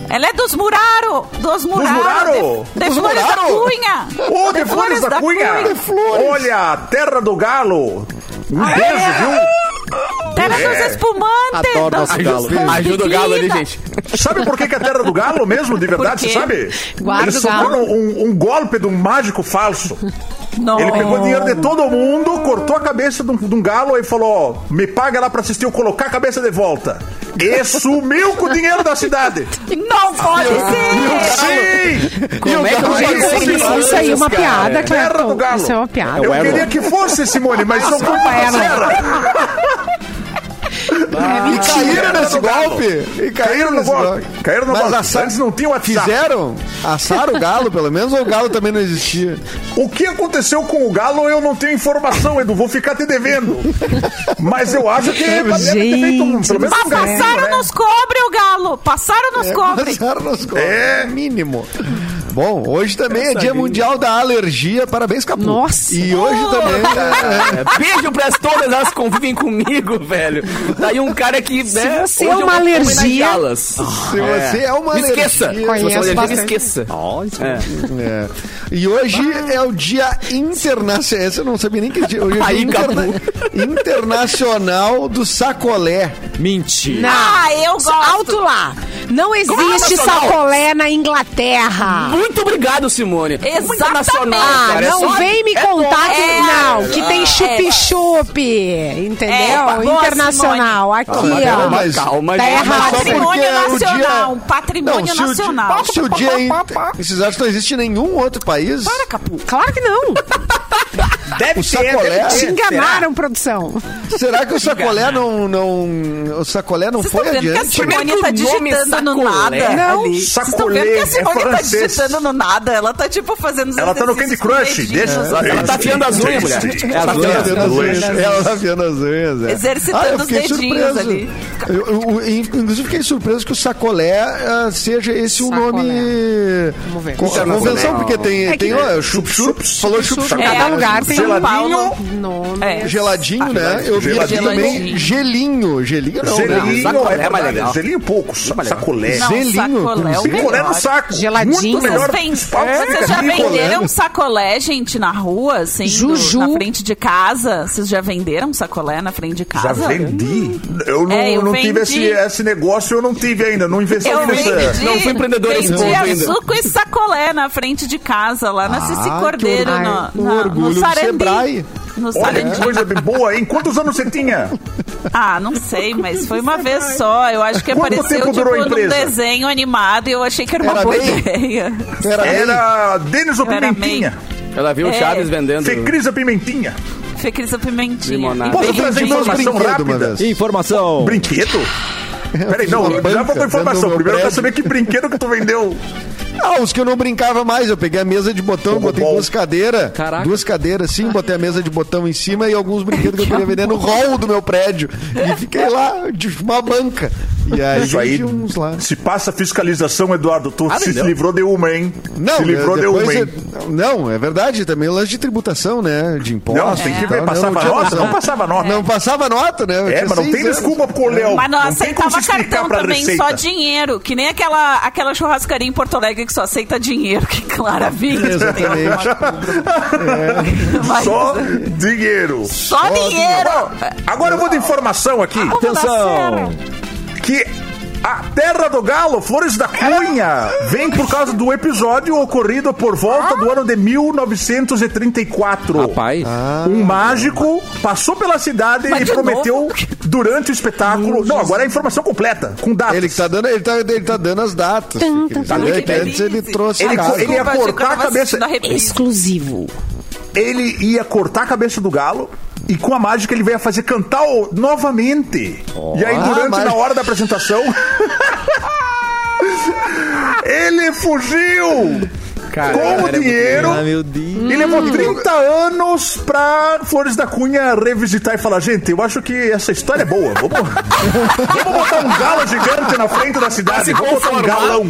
Speaker 5: Ela é dos Muraro. Dos Muraro.
Speaker 2: Muraro?
Speaker 5: De, de Flores da Cunha.
Speaker 2: Ô, de Flores da Cunha! Olha, terra do galo! Um beijo, viu?
Speaker 5: Terra
Speaker 2: É.
Speaker 5: dos espumantes.
Speaker 1: Adoro
Speaker 5: dos-
Speaker 1: nosso galo.
Speaker 5: dos-
Speaker 9: Ajuda o galo ali, gente.
Speaker 2: Sabe por que, que é a terra do galo mesmo, de verdade,
Speaker 5: quê?
Speaker 2: você sabe?
Speaker 4: Guarda
Speaker 2: Ele
Speaker 4: o galo.
Speaker 2: soprou um, um golpe de um mágico falso.
Speaker 5: Não.
Speaker 2: Ele pegou dinheiro de todo mundo, cortou a cabeça de um, de um galo e falou: ó, me paga lá pra assistir eu colocar a cabeça de volta. E sumiu com o dinheiro da cidade.
Speaker 5: Não pode ser.
Speaker 2: Sim!
Speaker 9: Como é que eu
Speaker 2: Gente,
Speaker 9: já
Speaker 2: isso aí
Speaker 9: consigo
Speaker 4: Isso aí é uma
Speaker 9: cara?
Speaker 4: piada,
Speaker 2: Terra do
Speaker 4: Cleiton.
Speaker 2: galo.
Speaker 4: Isso é uma piada.
Speaker 2: Eu
Speaker 1: Errol.
Speaker 2: queria que fosse, Simone, mas não foi
Speaker 4: Desculpa,
Speaker 2: pra
Speaker 4: Errol.
Speaker 2: Serra.
Speaker 4: É mentira.
Speaker 8: Caíram nesse golpe! E
Speaker 2: Caíram no
Speaker 8: nesse
Speaker 2: golpe. Caíram no
Speaker 8: Mas
Speaker 2: golpe.
Speaker 8: assa-
Speaker 2: Antes não tinha WhatsApp.
Speaker 8: Fizeram? Assaram o galo, pelo menos, ou o galo também não existia?
Speaker 2: O que aconteceu com o Galo, eu não tenho informação, Edu. Vou ficar te devendo. Mas eu acho que deve ter feito um, pelo menos um
Speaker 5: Mas
Speaker 2: galinho,
Speaker 5: passaram
Speaker 2: né?
Speaker 5: nos cobre, o galo. Passaram nos cobre.
Speaker 8: Passaram É, nos golpes.
Speaker 2: É.
Speaker 8: mínimo. Bom, hoje também é Dia Mundial da Alergia. Parabéns, Capu.
Speaker 4: Nossa.
Speaker 8: E
Speaker 2: Oh!
Speaker 8: hoje também. é-
Speaker 9: É, Beijo pra todas elas que convivem comigo, velho. Tá aí um cara que, né? hoje
Speaker 4: você é
Speaker 9: eu
Speaker 4: uma
Speaker 9: vou
Speaker 4: alergia-
Speaker 2: [laughs]
Speaker 9: homenageá-las.
Speaker 8: Se você é uma
Speaker 9: Me
Speaker 8: alergia.
Speaker 9: esqueça. Se você é
Speaker 4: Conheço
Speaker 9: uma alergia, me
Speaker 4: bastante.
Speaker 9: esqueça.
Speaker 8: É. E hoje é o dia internacional. Essa eu não sabia nem que dia. Hoje é o dia
Speaker 9: Aí,
Speaker 8: interna- internacional do sacolé.
Speaker 1: Mentira.
Speaker 5: Ah, eu gosto.
Speaker 4: Alto lá. Não existe
Speaker 9: nacional?
Speaker 4: sacolé na Inglaterra.
Speaker 9: Muito obrigado, Simone. Muito
Speaker 5: Exatamente.
Speaker 9: nacional,
Speaker 4: Ah,
Speaker 9: cara. É
Speaker 4: não
Speaker 9: só-
Speaker 4: vem me
Speaker 9: é
Speaker 4: contar
Speaker 9: bom.
Speaker 4: que
Speaker 5: é,
Speaker 4: não, que tem
Speaker 5: é.
Speaker 4: chup-chup,
Speaker 5: É,
Speaker 4: entendeu?
Speaker 5: boa,
Speaker 4: Internacional, aqui,
Speaker 8: Não,
Speaker 4: ó.
Speaker 8: mas-
Speaker 9: Calma,
Speaker 4: Tá
Speaker 9: gente.
Speaker 4: errado.
Speaker 8: só porque
Speaker 5: Patrimônio
Speaker 8: é o dia-
Speaker 5: nacional, patrimônio
Speaker 8: Não, se o dia-
Speaker 5: nacional.
Speaker 8: se o dia. in- Vocês acham que não existe nenhum outro país?
Speaker 4: Claro que não.
Speaker 6: Deve ter,
Speaker 8: O
Speaker 6: deve
Speaker 8: sacolé?
Speaker 6: ter.
Speaker 4: Te
Speaker 8: Será?
Speaker 4: enganaram, produção.
Speaker 8: Será que o sacolé não, não. O sacolé não
Speaker 5: Vocês
Speaker 8: foi
Speaker 5: estão vendo que a
Speaker 8: adiante?
Speaker 5: Simone
Speaker 2: um
Speaker 9: Primeiro que
Speaker 5: tá
Speaker 9: o nome é
Speaker 5: digitando no
Speaker 9: sacolé.
Speaker 5: nada?
Speaker 4: Não.
Speaker 5: ali. Vocês estão vendo que
Speaker 2: Sacolé é
Speaker 5: a Simone tá
Speaker 2: francês.
Speaker 5: digitando no nada? Ela tá tipo fazendo os
Speaker 2: Ela tá no Candy
Speaker 5: exercícios
Speaker 2: Crush.
Speaker 5: com o
Speaker 2: Deixa
Speaker 5: dedinho. É.
Speaker 9: Ela tá afiando as unhas, mulher.
Speaker 8: É as
Speaker 1: Tá
Speaker 8: unhas,
Speaker 1: vendo
Speaker 8: as
Speaker 1: as
Speaker 8: unhas.
Speaker 1: unhas.
Speaker 8: Ela tá vendo as unhas. é.
Speaker 5: Exercitando
Speaker 8: eu
Speaker 5: os
Speaker 8: fiquei
Speaker 5: dedinhos ali.
Speaker 8: Eu, eu- eu- inclusive, fiquei surpreso que o sacolé ah, seja esse um
Speaker 4: Sacolé.
Speaker 8: nome.
Speaker 4: Vamos ver.
Speaker 8: Co- Convenção, porque tem,
Speaker 4: É que-
Speaker 8: tem ó, chup-chup, falou chup-chup.
Speaker 5: É,
Speaker 4: Cada lugar
Speaker 5: São
Speaker 4: tem
Speaker 5: Paulo.
Speaker 4: um Paulo. nome.
Speaker 5: É.
Speaker 8: Geladinho, né? Eu vi aqui
Speaker 2: Geladinho.
Speaker 8: também gelinho. Gelinho não, né?
Speaker 2: Gelinho,
Speaker 9: Sacolé é
Speaker 2: é
Speaker 9: mais
Speaker 2: verdade.
Speaker 9: legal. é
Speaker 2: Gelinho pouco. Sacolé.
Speaker 5: Não,
Speaker 8: Zelinho,
Speaker 5: sacolé é o
Speaker 2: Picolé
Speaker 5: melhor.
Speaker 2: no saco.
Speaker 4: Geladinho.
Speaker 2: Muito melhor.
Speaker 5: Vocês, vêm-
Speaker 2: Pau
Speaker 5: vocês
Speaker 2: fica
Speaker 5: já
Speaker 2: picolé.
Speaker 5: venderam um sacolé, gente, na rua, assim, do-
Speaker 4: Juju.
Speaker 5: na frente de casa? Vocês já venderam um sacolé na frente de
Speaker 2: Já
Speaker 5: casa?
Speaker 2: vendi. Eu não,
Speaker 5: É, eu
Speaker 2: não tive
Speaker 5: vendi.
Speaker 2: esse, esse negócio, eu não tive ainda. Não investi
Speaker 5: Eu
Speaker 2: nessa.
Speaker 5: vendi,
Speaker 9: Não fui empreendedor nesse
Speaker 5: vendi
Speaker 9: ponto
Speaker 5: a
Speaker 9: ainda.
Speaker 5: suco e sacolé na frente de casa, lá na Cici
Speaker 8: que
Speaker 5: Cordeiro,
Speaker 4: orgulho.
Speaker 5: no, na-
Speaker 8: orgulho
Speaker 5: no
Speaker 8: do
Speaker 5: Sarandi.
Speaker 8: Sebrae.
Speaker 5: No
Speaker 2: Olha que
Speaker 5: Sarandi.
Speaker 2: coisa bem boa, hein? Quantos anos você tinha?
Speaker 5: Ah, não sei, mas foi uma vez só. Eu acho que
Speaker 2: Quanto
Speaker 5: apareceu
Speaker 2: tempo
Speaker 5: tipo,
Speaker 2: durou a
Speaker 5: num
Speaker 2: empresa?
Speaker 5: desenho animado e eu achei que era uma
Speaker 8: Era
Speaker 5: boa
Speaker 8: bem-
Speaker 5: ideia. [laughs]
Speaker 8: Era, era...
Speaker 2: Era Denis ou
Speaker 5: Eu É. era
Speaker 2: Pimentinha?
Speaker 9: Ela viu o
Speaker 5: É.
Speaker 9: Chaves vendendo.
Speaker 2: Fecrisa Pimentinha.
Speaker 5: Fecrisa Pimentinha.
Speaker 9: Limonada.
Speaker 5: E
Speaker 2: Posso
Speaker 5: bem
Speaker 2: trazer
Speaker 5: vendida.
Speaker 2: informação
Speaker 8: brinquedo uma
Speaker 2: rápida?
Speaker 8: vez.
Speaker 1: Informação.
Speaker 2: Brinquedo? Peraí, não,
Speaker 8: Uma
Speaker 2: já
Speaker 8: banca
Speaker 2: faltou
Speaker 8: dentro do
Speaker 2: informação.
Speaker 8: meu
Speaker 2: Primeiro eu quero
Speaker 8: prédio.
Speaker 2: saber que brinquedo que tu vendeu.
Speaker 8: Ah, os que eu não brincava mais. Eu peguei a mesa de botão,
Speaker 2: Como
Speaker 8: botei
Speaker 2: bom.
Speaker 8: duas cadeiras.
Speaker 9: Caraca.
Speaker 8: Duas cadeiras, sim, botei a mesa de botão em cima e alguns brinquedos que eu queria vender no hall do meu prédio. E fiquei lá, de uma banca. E aí,
Speaker 2: Isso aí.
Speaker 8: tinha uns lá.
Speaker 2: Se passa fiscalização, Eduardo, tu
Speaker 9: Ah,
Speaker 2: se
Speaker 9: não.
Speaker 2: livrou de uma, hein?
Speaker 8: Não,
Speaker 2: se livrou de
Speaker 8: depois
Speaker 2: uma, hein?
Speaker 8: é- Não, é verdade, também o lance de tributação, né? De impostos.
Speaker 2: Não, tem que
Speaker 8: e
Speaker 2: ver,
Speaker 8: tal, né?
Speaker 2: passava
Speaker 8: tinha
Speaker 2: nota,
Speaker 8: noção.
Speaker 2: não passava nota.
Speaker 8: Não passava nota, né? Eu
Speaker 2: É,
Speaker 8: tinha
Speaker 2: mas não
Speaker 8: seis
Speaker 2: tem
Speaker 8: anos.
Speaker 2: desculpa pro Léo.
Speaker 5: Mas não,
Speaker 2: tem como se
Speaker 5: aceitava
Speaker 2: explicar
Speaker 5: cartão
Speaker 2: pra
Speaker 5: também,
Speaker 2: Receita.
Speaker 5: só dinheiro. Que nem aquela, aquela churrascaria em Porto Alegre que só aceita dinheiro, [laughs] que maravilha.
Speaker 8: Exatamente.
Speaker 5: Mas [laughs]
Speaker 2: Só dinheiro.
Speaker 5: só
Speaker 8: tá
Speaker 5: dinheiro.
Speaker 2: Agora eu vou de informação aqui,
Speaker 1: Atenção!
Speaker 2: que a Terra do Galo, Flores da Cunha, vem por causa do episódio ocorrido por volta do ano de 1934.
Speaker 1: Rapaz.
Speaker 2: Um mágico passou pela cidade
Speaker 5: Mas
Speaker 2: e
Speaker 5: de
Speaker 2: prometeu durante o espetáculo. Não, agora é a informação completa, com dados.
Speaker 8: Ele que tá dando, ele tá, ele tá dando as datas. porque
Speaker 4: tum,
Speaker 5: tum,
Speaker 8: ele- que antes ele
Speaker 5: tum.
Speaker 8: trouxe
Speaker 2: Ele-
Speaker 8: a casa.
Speaker 2: ele ia
Speaker 5: Desculpa,
Speaker 2: cortar
Speaker 5: eu tava
Speaker 2: a cabeça.
Speaker 5: assistindo a reprise.
Speaker 4: Exclusivo.
Speaker 2: ele ia cortar a cabeça do galo e com a mágica ele veio fazer cantar o- novamente. e aí,
Speaker 8: Ah,
Speaker 2: durante
Speaker 8: mas-
Speaker 2: na hora da
Speaker 8: [laughs]
Speaker 2: apresentação. ele fugiu! com o dinheiro.
Speaker 1: Ah, meu
Speaker 4: Hum,
Speaker 1: Deus.
Speaker 2: E
Speaker 8: Hum.
Speaker 2: levou 30 anos pra Flores da Cunha revisitar e falar: gente, eu acho que essa história é boa. Vamos, [laughs] vamos botar um galo gigante na frente da cidade. Vamos botar um galão.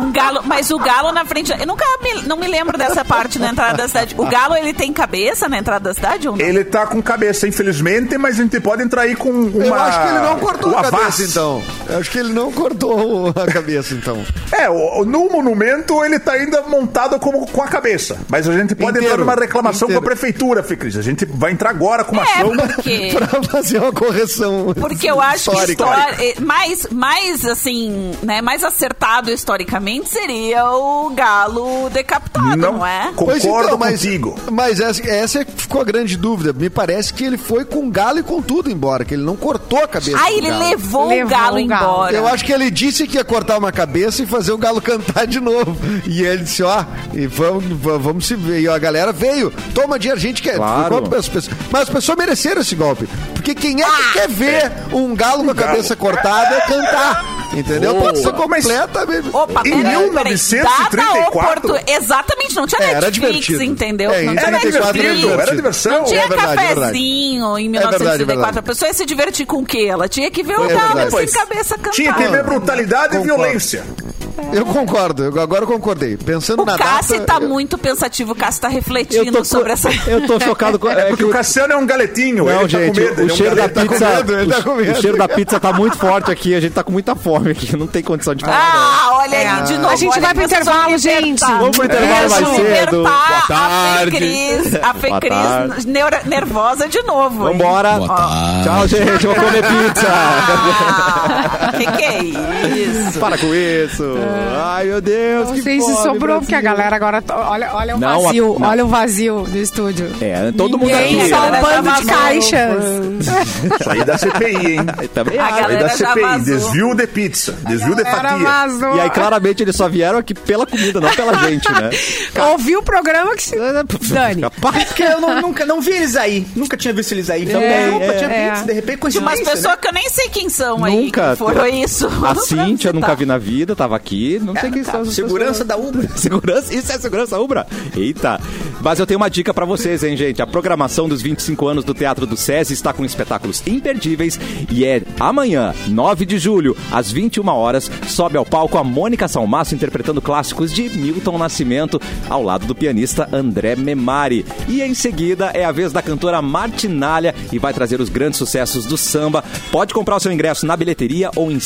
Speaker 5: Um galo, mas o galo na frente. Eu nunca me, não me lembro dessa parte na entrada da cidade. O galo, ele tem cabeça na entrada da cidade ou não?
Speaker 2: Ele tá com cabeça, infelizmente, mas a gente pode entrar aí com uma.
Speaker 8: Eu acho que ele não cortou
Speaker 2: uma
Speaker 8: a cabeça,
Speaker 2: vaz.
Speaker 8: então. Eu acho que ele não cortou a cabeça, então.
Speaker 2: É, o- o- no monumento ele tá ainda montado como com a cabeça. Mas a gente pode
Speaker 8: Inteiro.
Speaker 2: entrar numa reclamação
Speaker 8: Inteiro.
Speaker 2: com a prefeitura, Ficris. A gente vai entrar agora com uma ação.
Speaker 5: É,
Speaker 2: [laughs]
Speaker 5: porque.
Speaker 8: pra fazer uma correção.
Speaker 5: Porque eu acho que
Speaker 8: histórica.
Speaker 5: história, eh, mais, mais assim, né, mais acertado historicamente seria o galo decapitado, não, é?
Speaker 8: Pois
Speaker 2: concordo
Speaker 8: então, mas,
Speaker 2: contigo.
Speaker 8: mas essa, essa é ficou a grande dúvida. Me parece que ele foi com galo e com tudo embora, que ele não cortou a cabeça.
Speaker 5: Aí Ah,
Speaker 8: do
Speaker 5: ele
Speaker 8: galo.
Speaker 5: levou,
Speaker 4: Levou
Speaker 5: o galo,
Speaker 4: o galo.
Speaker 5: embora.
Speaker 8: Eu acho que ele disse que ia cortar uma cabeça e fazer o galo [laughs] cantar de novo. E ele disse, ó, e vamos, va- vamos se ver. E a galera veio. Toma dinheiro, a gente quer.
Speaker 1: Claro.
Speaker 8: Golpe pras pessoas. Mas as pessoas mereceram esse golpe. Porque quem é que
Speaker 5: Ah,
Speaker 8: quer ver um galo com a cabeça cortada cantar? Entendeu? Pode ser
Speaker 2: Mas-
Speaker 8: completamente.
Speaker 5: Opa,
Speaker 2: Em
Speaker 5: peraí, peraí.
Speaker 2: 1934?
Speaker 5: Data oportu- Exatamente, não tinha
Speaker 8: É, Era
Speaker 5: Netflix,
Speaker 8: divertido.
Speaker 5: entendeu?
Speaker 8: É,
Speaker 5: não
Speaker 8: em
Speaker 5: tinha
Speaker 8: 34 era
Speaker 5: Netflix.
Speaker 2: era diversão.
Speaker 5: Não tinha
Speaker 8: É verdade, é verdade.
Speaker 5: cafezinho em
Speaker 8: É verdade, é
Speaker 5: 1934.
Speaker 8: verdade.
Speaker 5: A pessoa ia se divertir com o quê? Ela tinha que ver
Speaker 8: É
Speaker 5: o galo
Speaker 8: verdade.
Speaker 5: sem cabeça cantar.
Speaker 2: Tinha que ver brutalidade e
Speaker 8: Concordo.
Speaker 2: violência.
Speaker 8: Eu concordo, eu- agora eu concordei. Pensando
Speaker 5: O
Speaker 8: na
Speaker 5: Cassi
Speaker 8: data...
Speaker 5: tá
Speaker 8: eu-
Speaker 5: muito pensativo, o Cassi tá
Speaker 1: Eu
Speaker 5: refletindo
Speaker 1: tô,
Speaker 5: sobre essa.
Speaker 1: eu tô chocado com. É
Speaker 2: Porque
Speaker 1: que
Speaker 2: o
Speaker 1: o-
Speaker 2: Cassiano [laughs] é um galetinho.
Speaker 1: Não,
Speaker 2: ele
Speaker 1: gente,
Speaker 2: tá com medo.
Speaker 1: o
Speaker 2: ele é um
Speaker 1: cheiro da
Speaker 2: galetinho.
Speaker 1: pizza.
Speaker 8: medo, ele tá com
Speaker 1: o- o,
Speaker 8: medo.
Speaker 1: cheiro da pizza tá muito forte aqui, a gente tá com muita fome aqui, não tem condição de falar.
Speaker 5: Ah, olha aí, de novo.
Speaker 4: A gente
Speaker 5: olha,
Speaker 4: vai pro
Speaker 5: vocês vão
Speaker 4: intervalo,
Speaker 5: libertar.
Speaker 4: gente.
Speaker 1: Vamos pro intervalo mais
Speaker 4: Isso.
Speaker 1: cedo.
Speaker 5: Libertar
Speaker 1: Boa tarde.
Speaker 5: A Fecris, a Fecris
Speaker 1: tarde.
Speaker 5: neura- nervosa de novo. hein?
Speaker 1: Vambora. Ah,
Speaker 5: Ó.
Speaker 1: Tchau, gente. Vou comer pizza.
Speaker 5: Ah, que que é isso?
Speaker 1: Para com isso. Ai, meu Deus.
Speaker 4: Não
Speaker 1: que
Speaker 4: sei se
Speaker 1: fome,
Speaker 4: sobrou,
Speaker 1: Brasil.
Speaker 4: porque a galera agora. to- Olha, olha o
Speaker 1: Não, a-
Speaker 4: vazio.
Speaker 1: não.
Speaker 4: Olha o vazio do estúdio.
Speaker 1: É, todo mundo
Speaker 4: Ninguém
Speaker 1: aqui.
Speaker 4: só
Speaker 5: A
Speaker 4: um
Speaker 5: galera
Speaker 4: bando
Speaker 5: tá
Speaker 4: de
Speaker 5: vazando.
Speaker 4: caixas.
Speaker 2: Isso aí da CPI, hein?
Speaker 1: Também
Speaker 5: A
Speaker 1: acho.
Speaker 2: Isso aí da
Speaker 5: galera já
Speaker 2: CPI.
Speaker 5: vazou.
Speaker 2: Desvio de pizza. Desvio de
Speaker 4: Era
Speaker 2: fatia.
Speaker 4: vazou.
Speaker 1: é E aí,
Speaker 4: [laughs]
Speaker 1: claramente, eles só vieram aqui pela comida, não pela gente, né?
Speaker 4: Ouvi o programa que se. [laughs] Dani.
Speaker 1: Capaz.
Speaker 6: Porque eu não- nunca não vi eles aí. Nunca tinha visto eles aí. Então,
Speaker 1: É,
Speaker 6: opa,
Speaker 1: é,
Speaker 6: tinha
Speaker 4: é.
Speaker 6: pizza, de repente,
Speaker 5: De
Speaker 6: coincidência.
Speaker 5: umas pessoas que eu nem sei quem são aí.
Speaker 1: Nunca.
Speaker 5: que foram isso.
Speaker 6: [laughs]
Speaker 1: A Cintia eu nunca vi na vida, tava aqui. Não sei quem são
Speaker 6: né?
Speaker 1: essas
Speaker 6: Segurança da Ubra.
Speaker 1: [laughs] Segurança? Isso é segurança Ubra? Eita! Mas eu tenho uma dica pra vocês, hein, gente? A programação dos 25 anos do Teatro do SESI está com espetáculos imperdíveis e é amanhã, 9 de julho, às 21 horas, sobe ao palco a Mônica Salmaço interpretando clássicos de Milton Nascimento ao lado do pianista André Memari. E em seguida é a vez da cantora Martinalha e vai trazer os grandes sucessos do samba. Pode comprar o seu ingresso na bilheteria ou em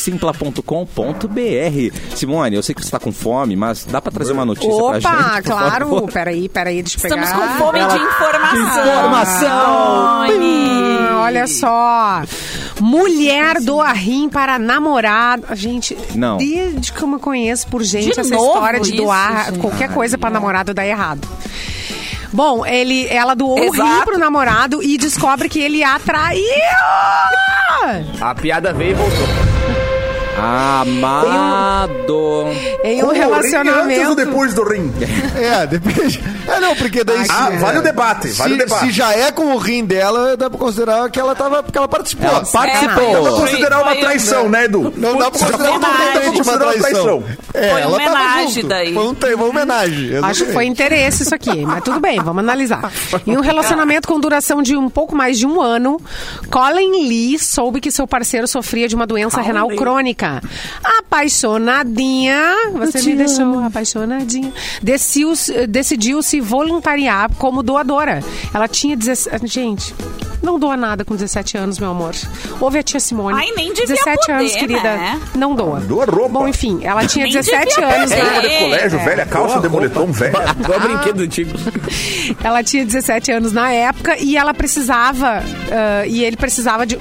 Speaker 1: simpla.com.br. Simone, eu sei que você tá com fome, mas dá pra trazer uma notícia pra gente?
Speaker 4: Opa,
Speaker 1: por favor?
Speaker 4: claro. Peraí, peraí, deixa eu pegar.
Speaker 5: Estamos com fome de informação.
Speaker 1: informação.
Speaker 5: Olha.
Speaker 4: Ah, Olha só. Mulher doa rim para namorado. A Gente,
Speaker 1: Não.
Speaker 4: desde que eu me conheço por gente,
Speaker 5: De
Speaker 4: essa
Speaker 5: novo
Speaker 4: história de
Speaker 5: isso,
Speaker 4: doar
Speaker 5: gente?
Speaker 4: qualquer coisa para namorado dá errado. Bom, ele, ela doou o rim
Speaker 5: Exato.
Speaker 4: pro namorado e descobre que ele a traiu!
Speaker 9: A piada veio e voltou.
Speaker 1: Amado.
Speaker 4: Em um
Speaker 2: Com o rim antes ou Um
Speaker 4: relacionamento.
Speaker 2: depois do ring?
Speaker 8: É, depende. É, não, porque daí. se-
Speaker 2: Ah, vale o debate,
Speaker 8: se,
Speaker 2: vale o debate.
Speaker 8: se já é com o rim dela, dá pra considerar que ela tava. que ela participou.
Speaker 9: Ela participou.
Speaker 2: Dá pra considerar uma
Speaker 5: Foi- foi-
Speaker 2: traição, né, Edu?
Speaker 8: Não dá pra
Speaker 5: Putz,
Speaker 8: considerar
Speaker 5: já foi
Speaker 8: totalmente uma
Speaker 2: uma
Speaker 8: traição.
Speaker 2: traição.
Speaker 8: É,
Speaker 5: Foi
Speaker 8: ela tava
Speaker 5: homenagem
Speaker 8: junto.
Speaker 5: daí.
Speaker 8: Foi um te- uma homenagem.
Speaker 4: Acho que foi
Speaker 8: exatamente.
Speaker 4: interesse isso aqui, mas tudo bem, vamos
Speaker 2: [laughs]
Speaker 4: analisar. Em um relacionamento com duração de um pouco mais de um ano, Colin Lee soube que seu parceiro sofria de uma doença renal crônica. Apaixonadinha, você me deixou apaixonadinha, decidiu, decidiu se voluntariar como doadora. Ela tinha 17... Gente... Não doa nada com 17 anos, meu amor. Houve a tia Simone.
Speaker 5: Ai, nem devia
Speaker 4: 17 anos,
Speaker 5: poder,
Speaker 4: querida.
Speaker 5: né?
Speaker 4: Não doa.
Speaker 2: Doa roupa.
Speaker 4: Bom, enfim, ela tinha
Speaker 5: Nem
Speaker 4: 17
Speaker 5: devia
Speaker 4: anos,
Speaker 5: poder. É,
Speaker 4: né?
Speaker 2: Roupa de colégio, velha, calça de moletom, velha.
Speaker 9: Igual
Speaker 4: Ah.
Speaker 9: brinquedo tipo, antigo.
Speaker 4: Ela tinha 17 anos na época e ela precisava. ah, e ele precisava de.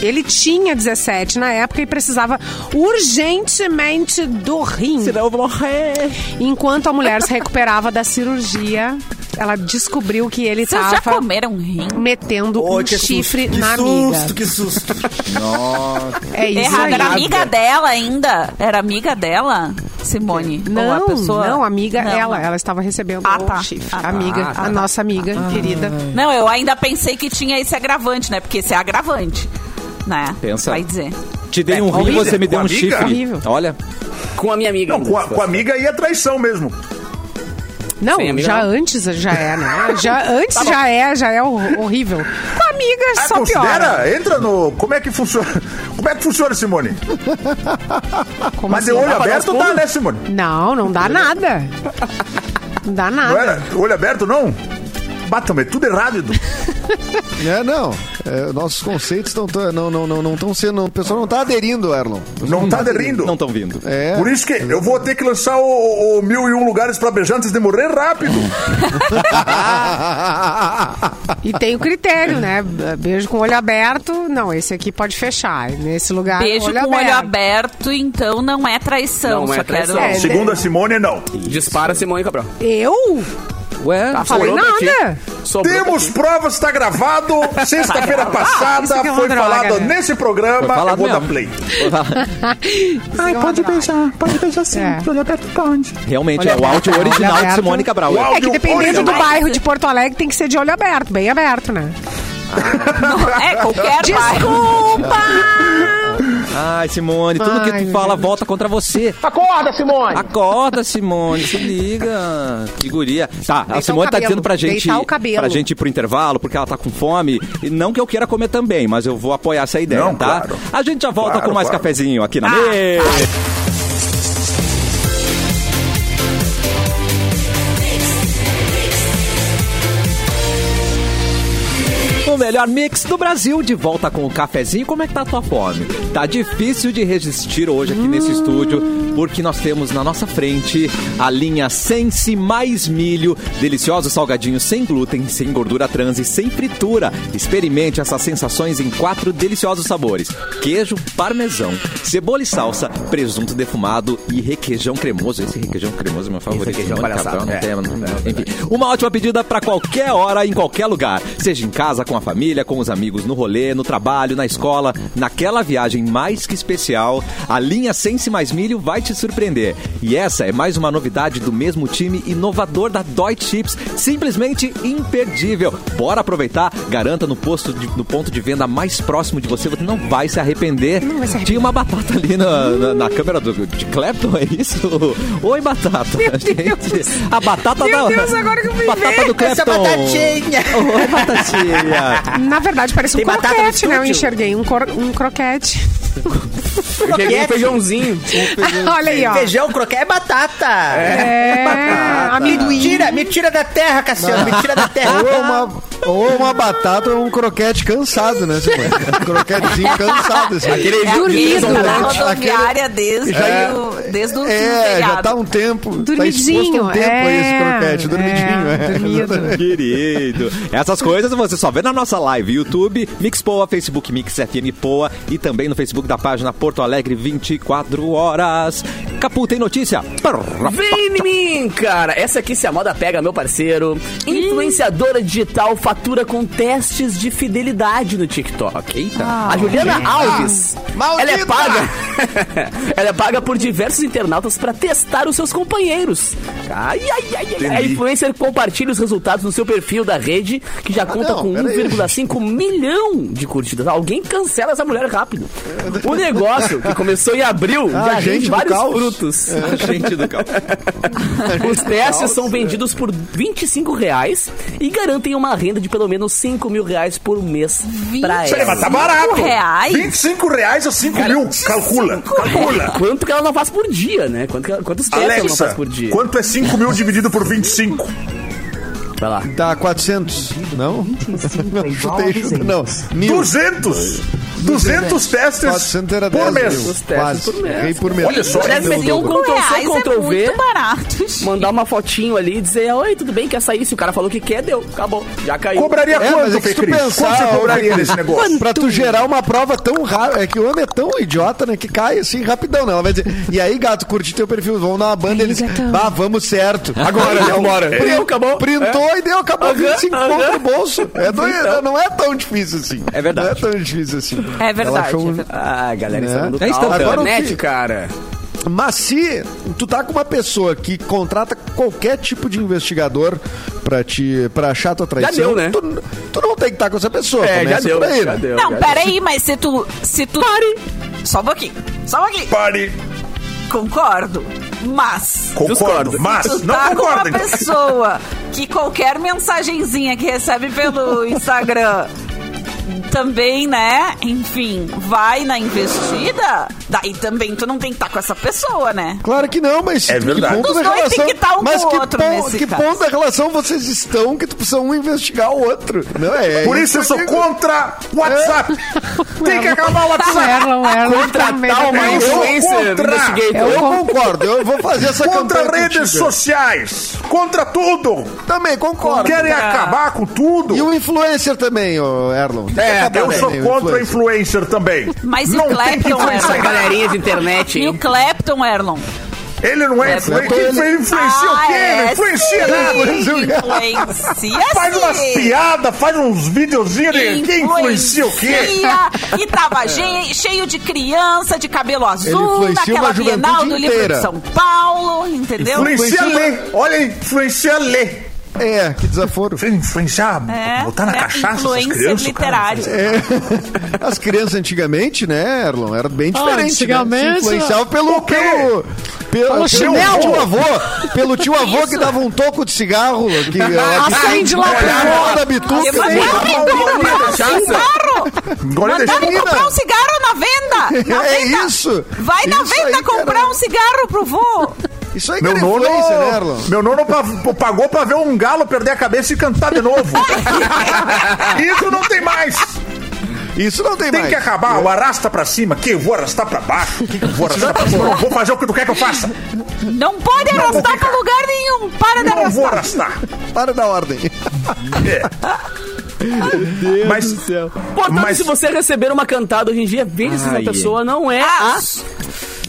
Speaker 4: Ele tinha 17 na época e precisava urgentemente do rim.
Speaker 3: Senão eu vou morrer.
Speaker 4: Enquanto a mulher se recuperava da cirurgia, ela descobriu que ele
Speaker 5: Vocês já
Speaker 4: estava
Speaker 5: comeram rim?
Speaker 4: metendo
Speaker 6: Ô,
Speaker 4: um
Speaker 6: que
Speaker 4: chifre
Speaker 6: susto,
Speaker 4: na
Speaker 6: que
Speaker 4: amiga.
Speaker 6: susto, que susto.
Speaker 4: É isso
Speaker 5: Errado,
Speaker 4: aí.
Speaker 5: era amiga dela ainda? Era amiga dela, Simone? Ou
Speaker 4: Não,
Speaker 5: a pessoa...
Speaker 4: não, amiga,
Speaker 5: Não,
Speaker 4: ela.
Speaker 5: não.
Speaker 4: Ela estava recebendo
Speaker 5: Ah,
Speaker 4: o
Speaker 5: tá.
Speaker 4: chifre.
Speaker 5: Ah, tá.
Speaker 4: amiga,
Speaker 5: Ah, tá.
Speaker 4: a nossa amiga, querida.
Speaker 5: Não, eu ainda pensei que tinha esse agravante, né? Porque esse é agravante, né?
Speaker 1: Pensa.
Speaker 5: Vai dizer.
Speaker 1: Te dei um rim,
Speaker 2: É horrível.
Speaker 1: você me deu
Speaker 2: Com
Speaker 1: um
Speaker 2: amiga?
Speaker 1: chifre.
Speaker 4: Horrível.
Speaker 1: Olha,
Speaker 9: Com a minha amiga.
Speaker 2: Não, com a, com a amiga aí é traição mesmo.
Speaker 4: Não,
Speaker 9: Sem amiga,
Speaker 4: já
Speaker 9: não.
Speaker 4: antes já é, né? Já antes já é, já é hor- horrível. Com amiga
Speaker 2: Ah,
Speaker 4: só
Speaker 2: considera?
Speaker 4: piora.
Speaker 2: Entra no. Como é que funciona? [laughs] Como é que funciona, Simone?
Speaker 4: Como
Speaker 2: Mas de
Speaker 4: assim?
Speaker 2: olho
Speaker 9: dá pra dar
Speaker 2: aberto
Speaker 9: os
Speaker 2: dá,
Speaker 9: pulos?
Speaker 2: né, Simone?
Speaker 4: Não, não dá nada. Não dá
Speaker 2: Não
Speaker 4: nada.
Speaker 2: era? Olho aberto, não? Bata, mas tudo errado, Edu.
Speaker 8: É, não. É, nossos conceitos estão não não não não estão sendo. O pessoal não tá aderindo, Erlon.
Speaker 2: Não tá aderindo.
Speaker 1: não estão vindo.
Speaker 8: É.
Speaker 2: [laughs] Por isso que eu vou ter que lançar o, o- o mil e um lugares pra beijar antes de morrer rápido.
Speaker 4: E tem o critério, né? Beijo com o olho aberto. Não, esse aqui pode fechar. Nesse lugar,
Speaker 5: Beijo
Speaker 4: olho
Speaker 5: com o
Speaker 4: aberto.
Speaker 5: olho aberto, então não é traição.
Speaker 9: Não é
Speaker 5: só quero...
Speaker 9: traição.
Speaker 5: [laughs]
Speaker 4: É,
Speaker 2: Segundo a Simone, não.
Speaker 9: Dispara, Simone Cabral.
Speaker 4: Eu?
Speaker 1: Ué,
Speaker 9: Tá,
Speaker 4: É, Falei
Speaker 9: sobrou pra
Speaker 4: nada.
Speaker 9: ti. Sobrou
Speaker 2: Temos
Speaker 9: pra ti.
Speaker 2: provas, tá gravado. Sexta-feira
Speaker 4: Isso
Speaker 2: passada
Speaker 4: aqui é uma
Speaker 2: foi
Speaker 4: droga,
Speaker 2: falado
Speaker 4: né?
Speaker 2: nesse
Speaker 1: Foi
Speaker 2: programa.
Speaker 1: falado
Speaker 2: Eu vou dar
Speaker 1: mesmo.
Speaker 2: play.
Speaker 4: Ai, pode beijar. Pode beijar sim.
Speaker 1: realmente, é o áudio original de
Speaker 4: aberto.
Speaker 1: Simone Cabral.
Speaker 2: Uau.
Speaker 4: É que
Speaker 2: Áudio
Speaker 4: dependendo do
Speaker 2: original.
Speaker 4: bairro de Porto Alegre, tem que ser de olho aberto, bem aberto, né?
Speaker 5: É, qualquer bairro.
Speaker 1: Ai, Simone, tudo
Speaker 4: Ai,
Speaker 1: que tu
Speaker 4: meu
Speaker 1: fala volta contra você.
Speaker 3: Acorda, Simone!
Speaker 1: Acorda, Simone, se liga. Que guria. Tá, a
Speaker 4: o
Speaker 1: Simone tá
Speaker 4: cabelo,
Speaker 1: dizendo pra gente,
Speaker 4: deitar o cabelo.
Speaker 1: pra gente ir pro intervalo, porque ela tá com fome. E não que eu queira comer também, mas eu vou apoiar essa ideia,
Speaker 2: Não,
Speaker 1: tá?
Speaker 2: claro.
Speaker 1: A gente já volta
Speaker 2: Claro,
Speaker 1: com mais
Speaker 2: claro.
Speaker 1: cafezinho aqui na
Speaker 4: Ah,
Speaker 1: mesa. O melhor mix do Brasil, de volta com o cafezinho. Como é que tá a tua fome? Tá difícil de resistir hoje aqui nesse estúdio, porque nós temos na nossa frente a linha Sense Mais Milho. Delicioso salgadinho sem glúten, sem gordura trans e sem fritura. Experimente essas sensações em quatro deliciosos sabores. Queijo, parmesão, cebola e salsa, presunto defumado e requeijão cremoso. Esse requeijão cremoso é meu favorito.
Speaker 9: requeijão
Speaker 1: Não,
Speaker 9: palhaçada,
Speaker 1: Cabral, não
Speaker 9: é.
Speaker 1: tem, não- não- enfim, uma ótima pedida para qualquer hora, em qualquer lugar. Seja em casa, com a família, com os amigos, no rolê, no trabalho, na escola, naquela viagem mais que especial, a linha Sense Mais Milho vai te surpreender. E essa é mais uma novidade do mesmo time inovador da Dói Chips, simplesmente imperdível. Bora aproveitar, garanta no posto de- no ponto de venda mais próximo de você, você não vai se arrepender.
Speaker 4: Não vai se arrepender.
Speaker 1: Tinha uma batata ali na, na- na câmera do, de Clapton, é isso? Oi, batata.
Speaker 4: Meu
Speaker 1: [laughs] gente.
Speaker 4: Deus.
Speaker 1: A batata
Speaker 4: Meu
Speaker 1: da.
Speaker 4: Deus, agora que eu me
Speaker 1: Batata
Speaker 4: vi.
Speaker 1: do Clapton.
Speaker 6: Essa batatinha.
Speaker 1: [laughs] Oi, batatinha.
Speaker 4: Na verdade, parece um
Speaker 6: Tem batata no
Speaker 4: croquete, né? Eu
Speaker 6: estúdio?
Speaker 4: enxerguei um, cor- um croquete.
Speaker 9: Eu peguei um feijãozinho.
Speaker 4: [laughs] Olha aí, ó.
Speaker 6: Feijão, croquete é batata.
Speaker 4: É,
Speaker 6: Me
Speaker 4: amendoim.
Speaker 6: tira, me tira da terra, Cassiano, me tira da terra.
Speaker 8: [laughs] Ou é uma, ou é uma batata ou um croquete cansado, né, Simone? Um [laughs] croquetezinho cansado. Assim.
Speaker 9: Aquele
Speaker 5: É a
Speaker 4: Dormido.
Speaker 5: mesma da
Speaker 8: Aquele-
Speaker 5: rodoviária desde,
Speaker 8: É.
Speaker 5: o, desde o
Speaker 8: É, já
Speaker 5: feriado.
Speaker 8: tá um tempo. Tá exposto
Speaker 4: Dormidinho.
Speaker 8: há um tempo a esse
Speaker 4: é,
Speaker 8: croquete. Dormidinho, é.
Speaker 4: dormido.
Speaker 1: [laughs] Querido. Essas coisas você só vê na nossa live YouTube, Mixpoa, Facebook Mix FM Poa e também no Facebook da página Porto Alegre 24 horas. Capu, tem notícia?
Speaker 9: Vem em mim, cara! Essa aqui se a moda pega, meu parceiro. Influenciadora digital fatura com testes de fidelidade no TikTok. Eita! A Juliana Alves. Ela é
Speaker 8: Ah. Maldita!
Speaker 9: paga. [laughs] Ela é paga por diversos internautas para testar os seus companheiros. Ai, ai, ai, ai. A influencer compartilha os resultados no seu perfil da rede, que já conta
Speaker 8: Ah, não,
Speaker 9: com
Speaker 8: pera aí.
Speaker 9: 1,5 milhão de curtidas. Alguém cancela essa mulher rápido. O negócio, que começou em abril,
Speaker 8: [laughs] Ah,
Speaker 9: já
Speaker 8: gente
Speaker 9: rende
Speaker 8: do
Speaker 9: vários
Speaker 8: caos.
Speaker 9: frutos.
Speaker 1: A [laughs] gente do [laughs] carro.
Speaker 9: [laughs] Os testes são vendidos por 25 reais e garantem uma renda de pelo menos 5 mil reais por mês pra
Speaker 5: Isso
Speaker 2: Peraí,
Speaker 5: aí,
Speaker 9: ela.
Speaker 2: mas tá barato.
Speaker 5: reais?
Speaker 2: 25 reais ou 5 mil? Calcula, calcula.
Speaker 9: Quanto que ela não faz por dia, né? Quanto que ela- quantos testes ela não faz
Speaker 2: Alexa,
Speaker 9: por dia?
Speaker 2: quanto é 5 mil dividido por 25?
Speaker 9: Vai lá.
Speaker 8: Dá 400. Não? Não, chutei, chutei. Não, mil.
Speaker 2: 200! 200 testes
Speaker 8: 400 era 10
Speaker 2: por mês.
Speaker 8: mil.
Speaker 9: testes
Speaker 8: Quase.
Speaker 9: por mês.
Speaker 8: Errei por mês.
Speaker 2: Olha só,
Speaker 9: Deve
Speaker 8: Deu
Speaker 9: meter um
Speaker 8: dobro.
Speaker 9: Ctrl C,
Speaker 5: reais
Speaker 9: Ctrl
Speaker 5: é
Speaker 9: V.
Speaker 5: muito barato. gente.
Speaker 9: Mandar uma fotinho ali e dizer, oi, tudo bem, quer sair? Se o cara falou que quer, deu. Acabou. Já caiu.
Speaker 2: Cobraria
Speaker 8: É, mas
Speaker 2: quanto,
Speaker 8: é que se
Speaker 2: Fê
Speaker 8: tu
Speaker 2: Cris? Quanto
Speaker 8: pensar,
Speaker 2: você cobraria
Speaker 8: ô,
Speaker 2: nesse negócio?
Speaker 8: Pra tu gerar uma prova tão rápida. É que o homem é tão idiota, né? Que cai assim rapidão, né? Ela vai dizer. E aí, gato, curti teu perfil. Vamos na banda. Eles. Ah, vamos
Speaker 9: [laughs]
Speaker 8: certo.
Speaker 2: Agora, né? Agora.
Speaker 8: Print-
Speaker 9: Deu, acabou.
Speaker 8: Printou e deu, acabou.
Speaker 9: É. Aham,
Speaker 8: 25
Speaker 9: aham.
Speaker 8: pontos no bolso. É doido,
Speaker 9: Então.
Speaker 8: Não é tão difícil assim.
Speaker 1: É verdade.
Speaker 8: Não é tão difícil assim.
Speaker 5: É
Speaker 8: Ela
Speaker 5: verdade.
Speaker 8: achou um-
Speaker 9: Ah, galera, isso
Speaker 8: Né?
Speaker 9: é mundo
Speaker 1: É
Speaker 9: caos.
Speaker 1: instantâneo.
Speaker 8: Agora o
Speaker 9: Internet,
Speaker 8: que-
Speaker 9: cara.
Speaker 8: Mas se tu tá com uma pessoa que contrata qualquer tipo de investigador pra te pra achar tua traição,
Speaker 9: deu, né?
Speaker 8: tu, tu não tem que estar com essa pessoa.
Speaker 9: É, já
Speaker 8: Começa
Speaker 9: deu,
Speaker 8: por aí,
Speaker 9: já
Speaker 8: né?
Speaker 9: deu.
Speaker 5: Não,
Speaker 9: já
Speaker 5: peraí, mas se tu. Se tu... Pare! Só um pouquinho. Só um pouquinho.
Speaker 2: Pare.
Speaker 5: Concordo. Mas.
Speaker 2: Concordo, mas
Speaker 5: Tu
Speaker 2: não
Speaker 5: tá com
Speaker 2: concordo.
Speaker 5: uma
Speaker 2: então.
Speaker 5: pessoa que qualquer mensagenzinha que recebe
Speaker 2: [laughs]
Speaker 5: pelo Instagram também, né? Enfim, vai na investida, daí também tu não tem que estar com essa pessoa, né?
Speaker 8: Claro que não, mas
Speaker 2: É verdade.
Speaker 8: que ponto
Speaker 5: Os
Speaker 8: da
Speaker 5: dois têm
Speaker 8: relação,
Speaker 5: que tá um
Speaker 8: mas
Speaker 5: com o
Speaker 8: que,
Speaker 5: outro
Speaker 8: pon-
Speaker 5: nesse
Speaker 8: que
Speaker 5: caso.
Speaker 8: ponto da relação vocês estão que tu precisa um investigar o outro? Não é? é
Speaker 2: Por isso eu sou
Speaker 8: que-
Speaker 2: contra WhatsApp. Tem que acabar o WhatsApp.
Speaker 4: Erlon, Erlon tá também
Speaker 9: Contratar uma
Speaker 2: Eu sou
Speaker 9: influencer
Speaker 2: contra.
Speaker 9: investigator.
Speaker 8: Eu concordo, eu vou fazer essa
Speaker 2: Contra
Speaker 8: campanha
Speaker 2: redes
Speaker 8: contigo.
Speaker 2: sociais. Contra tudo.
Speaker 8: Também concordo. Tá.
Speaker 2: Querem acabar com tudo. É,
Speaker 8: E o influencer também, ô Erlon. Tem que acabar
Speaker 2: Eu
Speaker 8: também, né?
Speaker 2: sou
Speaker 8: o
Speaker 2: contra o influencer também.
Speaker 5: Mas e
Speaker 2: não
Speaker 5: o
Speaker 2: tem que
Speaker 5: Clapton,
Speaker 9: Essa
Speaker 2: influenciar.
Speaker 9: galerinha de internet,
Speaker 5: E o
Speaker 9: hein?
Speaker 5: Clapton, Erlon?
Speaker 2: Ele não é influencer.
Speaker 8: Clapton,
Speaker 2: Ele influencia o
Speaker 5: Ah,
Speaker 2: quê?
Speaker 5: é,
Speaker 2: Não influencia
Speaker 5: sim,
Speaker 2: nada. né?
Speaker 5: Influencia
Speaker 2: Faz umas
Speaker 5: sim.
Speaker 2: piadas, faz uns videozinhos de quem influencia o quê?
Speaker 5: E
Speaker 2: [laughs]
Speaker 5: tava che- cheio de criança, de cabelo azul,
Speaker 8: influencia
Speaker 5: naquela
Speaker 8: uma juventude
Speaker 5: Bienal do Livro
Speaker 8: inteira.
Speaker 5: de São Paulo, entendeu?
Speaker 2: Influencia lê. Olha, aí, influencia lê.
Speaker 8: É,
Speaker 2: [laughs]
Speaker 8: que desaforo.
Speaker 2: Influenciar,
Speaker 5: É,
Speaker 2: botar na
Speaker 5: é,
Speaker 2: cachaça essas
Speaker 5: influencer
Speaker 2: crianças, cara.
Speaker 5: literário.
Speaker 8: É. As crianças antigamente, né, Erlon? Era bem diferente. né?
Speaker 4: antigamente,
Speaker 8: Se influenciava pelo.
Speaker 2: O quê?
Speaker 8: pelo pelo, pelo
Speaker 2: chinelo.
Speaker 8: tio avô, pelo tio avô que dava um toco de cigarro, que,
Speaker 4: Acende lá
Speaker 8: que
Speaker 4: pro
Speaker 8: caiu da bituca. assim.
Speaker 5: Mandaram me comprar um cigarro!
Speaker 2: Agora deixa
Speaker 5: Mandaram
Speaker 2: eu-
Speaker 5: comprar um cigarro na venda! Na
Speaker 8: É
Speaker 5: venda.
Speaker 8: isso.
Speaker 5: Vai na
Speaker 8: Isso
Speaker 5: venda
Speaker 8: aí,
Speaker 5: comprar
Speaker 8: cara.
Speaker 5: um cigarro pro vô!
Speaker 8: Isso aí que
Speaker 2: Meu é
Speaker 8: era
Speaker 2: nono,
Speaker 8: influência, né, Erlon?
Speaker 2: meu nono pa- pagou pra ver um galo perder a cabeça e cantar de novo. Isso não tem mais.
Speaker 8: Isso não tem,
Speaker 2: Tem
Speaker 8: mais.
Speaker 2: que acabar. O arrasta pra cima. Que eu vou arrastar pra baixo. Que eu vou arrastar pra cima. Eu vou fazer o que tu quer que eu faça.
Speaker 5: Não pode
Speaker 2: Não vou
Speaker 5: arrastar
Speaker 2: ficar.
Speaker 5: pra lugar nenhum! Para de
Speaker 2: Não vou
Speaker 5: arrastar!
Speaker 2: arrastar.
Speaker 8: Para da ordem.
Speaker 2: É. Mas
Speaker 9: Portanto,
Speaker 2: Mas-
Speaker 9: se você receber uma cantada hoje em dia, veja se essa
Speaker 1: Ai,
Speaker 9: pessoa não é a...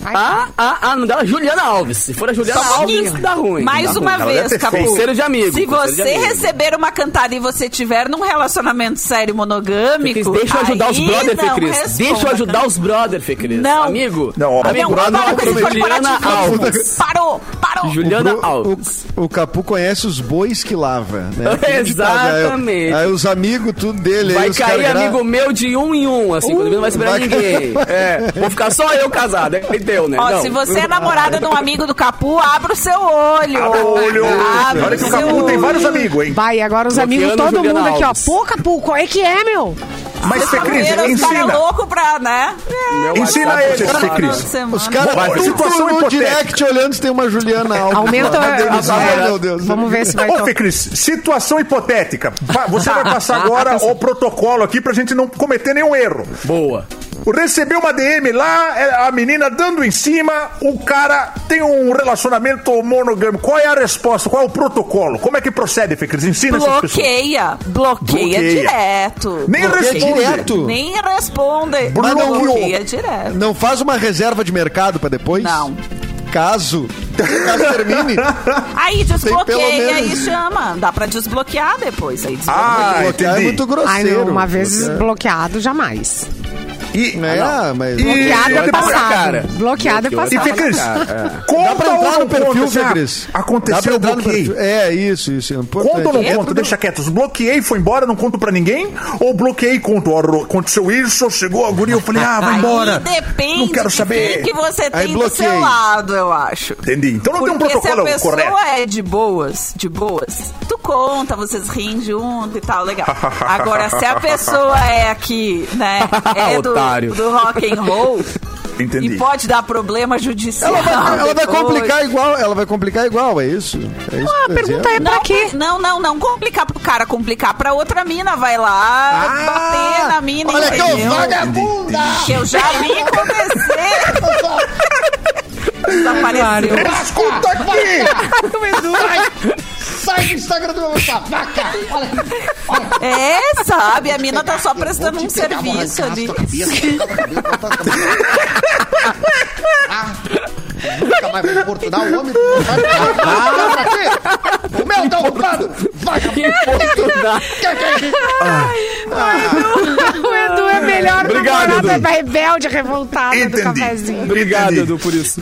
Speaker 9: A, a, a, não dá, Juliana Alves. Se for a Juliana
Speaker 5: Só um
Speaker 9: Alves,
Speaker 5: pouquinho.
Speaker 9: dá ruim.
Speaker 5: Mais
Speaker 9: Dá
Speaker 5: uma
Speaker 2: Ela
Speaker 5: vez,
Speaker 2: deve ter
Speaker 5: Capu.
Speaker 9: Conselho de amigo,
Speaker 5: Se
Speaker 9: conselho de
Speaker 5: você
Speaker 9: amigo.
Speaker 5: receber uma cantada e você tiver num relacionamento
Speaker 9: Fê
Speaker 5: sério
Speaker 9: Cris,
Speaker 5: monogâmico.
Speaker 9: deixa eu ajudar os
Speaker 5: aí
Speaker 9: brother, Fê
Speaker 5: não
Speaker 9: Cris.
Speaker 5: responda,
Speaker 9: Deixa eu ajudar os brother, Fê Cris.
Speaker 5: Não.
Speaker 9: Amigo.
Speaker 2: Não, tipo ó,
Speaker 9: amigo,
Speaker 5: Não, para
Speaker 9: brother,
Speaker 5: com esse
Speaker 9: Juliana
Speaker 5: corporativismo.
Speaker 9: Alves.
Speaker 5: Parou, parou.
Speaker 9: Juliana
Speaker 8: o,
Speaker 9: Alves.
Speaker 8: o, o Capu conhece os bois que lava, né?
Speaker 9: Exatamente.
Speaker 8: Aí, aí os amigos, tudo dele. aí
Speaker 9: Vai
Speaker 8: os
Speaker 9: cair
Speaker 2: né?
Speaker 8: cara gra-
Speaker 9: amigo meu de um em um,
Speaker 2: Uh,
Speaker 9: assim, quando ele não vai esperar
Speaker 8: vai-
Speaker 9: ninguém. É, vou ficar só eu casado, é deu, né?
Speaker 5: Ó,
Speaker 9: Não.
Speaker 5: se você é namorada de um amigo do Capu, abra o seu olho.
Speaker 2: Abre o olho.
Speaker 5: Abre
Speaker 2: Olha que o
Speaker 5: seu
Speaker 2: Capu tem
Speaker 5: olho.
Speaker 2: vários amigos, hein?
Speaker 4: Vai, agora os
Speaker 9: Bloqueando
Speaker 4: amigos, todo
Speaker 9: Juliana
Speaker 4: mundo aqui, ó.
Speaker 9: Alves.
Speaker 4: Pô, Capu, qual é que é, meu?
Speaker 2: Mas Fê Cris,
Speaker 5: Primeiro, os caras
Speaker 2: ensina.
Speaker 5: loucos pra, né?
Speaker 9: Meu
Speaker 2: Ensina
Speaker 9: WhatsApp
Speaker 2: eles,
Speaker 9: é
Speaker 2: Fê
Speaker 9: só-
Speaker 2: Cris.
Speaker 8: Os
Speaker 2: Vai,
Speaker 8: caras
Speaker 2: situação
Speaker 8: tudo no
Speaker 2: hipotética.
Speaker 8: direct olhando se tem uma Juliana Alves.
Speaker 4: Aumenta.
Speaker 8: Ah, Deus,
Speaker 4: é,
Speaker 8: ah, meu Deus.
Speaker 4: Vamos ver se vai
Speaker 2: [laughs]
Speaker 4: um-
Speaker 2: Ô, Fê
Speaker 4: tocar.
Speaker 2: Cris, situação hipotética. Va- Você vai passar agora o protocolo aqui pra gente não cometer nenhum erro.
Speaker 9: Boa.
Speaker 2: Recebeu uma DM lá, é, a menina dando em cima, o cara tem um relacionamento monogâmico. Qual é a resposta? Qual é o protocolo? Como é que procede, Fê Cris? Ensina essas pessoas.
Speaker 5: Bloqueia, bloqueia,
Speaker 2: Bloqueia.
Speaker 5: direto.
Speaker 2: Nem
Speaker 5: Bloqueia
Speaker 2: responde.
Speaker 8: é Direto.
Speaker 5: Nem responde.
Speaker 8: Mas não-
Speaker 4: é
Speaker 5: bloqueia direto.
Speaker 8: Não faz uma reserva de mercado pra depois?
Speaker 5: Não.
Speaker 8: Caso, caso
Speaker 2: [laughs]
Speaker 8: termine.
Speaker 5: Aí
Speaker 8: pelo
Speaker 5: desbloqueia e
Speaker 8: menos-
Speaker 5: chama. Dá pra desbloquear depois. Aí desbloqueia.
Speaker 2: Ah,
Speaker 8: bloquear é
Speaker 2: entendi.
Speaker 8: muito
Speaker 4: Ai,
Speaker 8: grosseiro.
Speaker 4: não, uma vez bloqueado, jamais.
Speaker 2: E,
Speaker 8: É, mas...
Speaker 2: e-
Speaker 4: Bloqueado é
Speaker 2: e-
Speaker 4: passado. é
Speaker 9: cara.
Speaker 4: Bloqueada e
Speaker 2: E assim.
Speaker 4: passada.
Speaker 2: Fê Cris,
Speaker 8: É. Dá
Speaker 2: conta
Speaker 8: pra
Speaker 2: ou
Speaker 8: entrar
Speaker 2: não
Speaker 8: no perfil,
Speaker 2: conta? Assim,
Speaker 8: Fê
Speaker 2: ah,
Speaker 8: Cris? Dá pra
Speaker 2: Aconteceu,
Speaker 8: entrar no
Speaker 2: bloqueei.
Speaker 8: perfil. É, isso, isso. É importante.
Speaker 2: Conta ou não
Speaker 8: É,
Speaker 2: conta? Deixa quietos. Bloqueei, foi embora, não conto pra ninguém? Ou bloqueei e conto? Ó, aconteceu isso, chegou a guria, eu falei, ah, vai embora.
Speaker 5: Aí depende
Speaker 2: Não quero
Speaker 5: de
Speaker 2: saber.
Speaker 5: quem que você tem do
Speaker 8: bloqueei.
Speaker 5: seu lado, eu acho.
Speaker 2: Entendi. Então não tem um
Speaker 5: Porque
Speaker 2: protocolo
Speaker 5: se a pessoa
Speaker 2: correto.
Speaker 5: é de boas, de boas, tu conta, vocês riem junto e tal, legal. Agora, se a pessoa é aqui, né,
Speaker 2: [laughs]
Speaker 5: é do,
Speaker 9: Otário.
Speaker 5: do rock and roll
Speaker 2: Entendi.
Speaker 5: e pode dar problema judicial
Speaker 8: Ela vai, ela vai
Speaker 5: depois.
Speaker 8: complicar igual, ela vai complicar igual, é isso? É isso
Speaker 4: A pergunta é pra
Speaker 5: Não,
Speaker 4: quê?
Speaker 5: mas- não, não, não complicar pro cara, complicar pra outra mina, vai lá
Speaker 4: Ah,
Speaker 5: bater na
Speaker 4: é
Speaker 5: mina,
Speaker 8: Olha que eu
Speaker 5: entendeu?
Speaker 8: vagabunda!
Speaker 5: Que eu já vi
Speaker 4: [laughs]
Speaker 5: acontecer. Desapareceu.
Speaker 8: Escuta aqui!
Speaker 6: Sai do Instagram do meu vaca!
Speaker 5: É, sabe? A mina tá só prestando um serviço ali.
Speaker 6: Nunca mais vai importunar o homem. O meu tá ocupado! Vagabundo!
Speaker 4: O Edu é a melhor
Speaker 9: Obrigado,
Speaker 4: namorada
Speaker 9: Edu.
Speaker 4: da rebelde revoltada do
Speaker 2: Entendi.
Speaker 4: cafezinho.
Speaker 9: Obrigado,
Speaker 2: Entendi.
Speaker 9: Edu, por isso.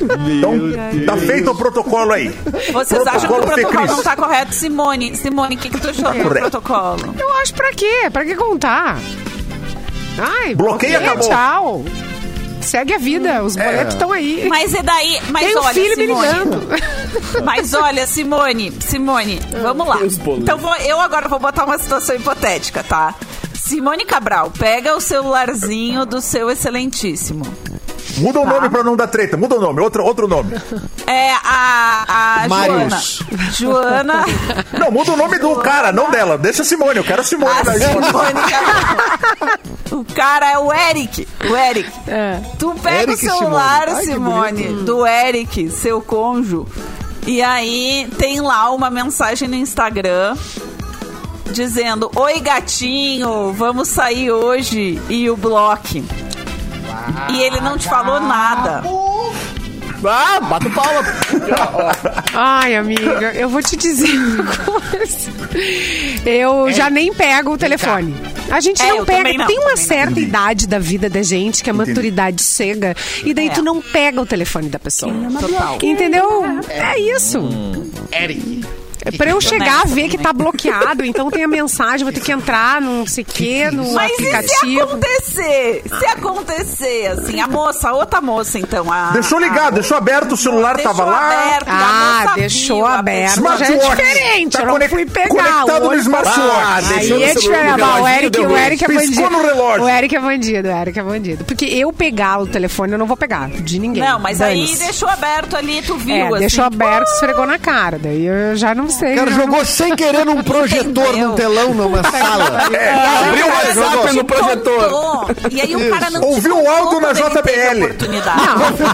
Speaker 2: Então, tá feito o protocolo aí.
Speaker 5: Vocês acham que o
Speaker 2: Protocolo Fê
Speaker 5: protocolo
Speaker 2: Cris.
Speaker 5: não tá correto, Simone? Simone, o que, que tu achou do
Speaker 2: Correto.
Speaker 5: protocolo?
Speaker 4: Eu acho pra quê? Pra que contar? Ai,
Speaker 2: Bloqueia,
Speaker 4: bloqueia,
Speaker 2: acabou.
Speaker 4: Tchau. Segue a vida,
Speaker 9: É.
Speaker 4: os boletos estão aí.
Speaker 5: Mas e daí? Mas
Speaker 4: Tem um
Speaker 5: olha,
Speaker 4: filho me
Speaker 5: Simone.
Speaker 4: ligando.
Speaker 5: Mas olha, Simone, Simone, vamos lá. Então vou- eu agora vou botar uma situação hipotética, tá? Simone Cabral, pega o celularzinho do seu excelentíssimo.
Speaker 2: Muda o
Speaker 4: Tá.
Speaker 2: nome pra não dar treta. Muda o nome, outro, outro nome.
Speaker 5: É a, a Joana.
Speaker 8: Marius.
Speaker 5: Joana.
Speaker 2: Não, muda o nome do cara, não dela. Deixa a Simone, eu quero a Simone.
Speaker 5: a
Speaker 2: da
Speaker 5: Simone Cabral. Assim, [laughs] O cara é o Eric. O Eric. Tu pega
Speaker 8: Eric
Speaker 5: o
Speaker 8: e
Speaker 5: celular,
Speaker 8: Simone. Ai, que
Speaker 5: Simone, do Eric, seu cônjuge. E aí tem lá uma mensagem no Instagram dizendo: Oi, gatinho, vamos sair hoje. E o bloco. E ele não te falou nada.
Speaker 9: Ah, bata palma.
Speaker 4: Ai, amiga, eu vou te dizer uma coisa. Eu já nem pego o telefone. A gente
Speaker 5: É,
Speaker 4: não
Speaker 5: eu
Speaker 4: pega.
Speaker 5: também não,
Speaker 4: Tem uma
Speaker 5: também não.
Speaker 4: certa idade da vida da gente que a
Speaker 2: Entendi.
Speaker 4: maturidade chega e daí
Speaker 5: É.
Speaker 4: tu não pega o telefone da pessoa.
Speaker 5: Total.
Speaker 4: Entendeu? É isso.
Speaker 5: Hum.
Speaker 4: É pra
Speaker 5: Né?
Speaker 4: eu chegar a ver que tá bloqueado, então tem a mensagem, vou ter que entrar num sei quê, no
Speaker 5: Mas é e se
Speaker 4: aplicativo.
Speaker 5: acontecer? Se acontecer, assim, a moça, a outra moça, então. A,
Speaker 2: Deixou
Speaker 5: a-
Speaker 2: ligado, deixou aberto, o celular
Speaker 5: Deixou
Speaker 2: tava lá.
Speaker 5: aberto, a
Speaker 4: Ah,
Speaker 5: moça
Speaker 4: deixou
Speaker 5: viu, a
Speaker 4: aberto.
Speaker 5: pessoa-
Speaker 4: Mas já é
Speaker 2: Smartwatch.
Speaker 4: diferente, eu não
Speaker 2: conec-
Speaker 4: fui pegar, o
Speaker 2: Conectado no
Speaker 4: olho-
Speaker 9: Ah,
Speaker 2: smartwatch.
Speaker 9: deixou
Speaker 4: Aí é
Speaker 9: no celular do
Speaker 4: diferente. Ah, O
Speaker 9: reloginho,
Speaker 4: Eric,
Speaker 9: deu
Speaker 4: o Eric é
Speaker 2: ruim. Piscou
Speaker 4: bandido.
Speaker 2: no relógio.
Speaker 4: O Eric é bandido, o Eric é bandido. Porque eu pegar o telefone, eu não vou pegar de ninguém.
Speaker 5: Não, mas aí
Speaker 4: Dane-se.
Speaker 5: deixou aberto ali, tu viu,
Speaker 4: É,
Speaker 5: assim.
Speaker 4: deixou aberto, esfregou na cara. Daí eu já não sei.
Speaker 8: O cara
Speaker 4: já
Speaker 8: jogou sem querer [laughs] num projetor, num telão, [laughs] numa sala.
Speaker 9: Abriu o
Speaker 5: O cara não
Speaker 9: WhatsApp
Speaker 5: te
Speaker 9: no projetor.
Speaker 5: contou. E aí o cara não te
Speaker 2: Ouviu o áudio
Speaker 5: contou
Speaker 2: na
Speaker 5: quando ele teve a
Speaker 2: JBL.
Speaker 5: oportunidade.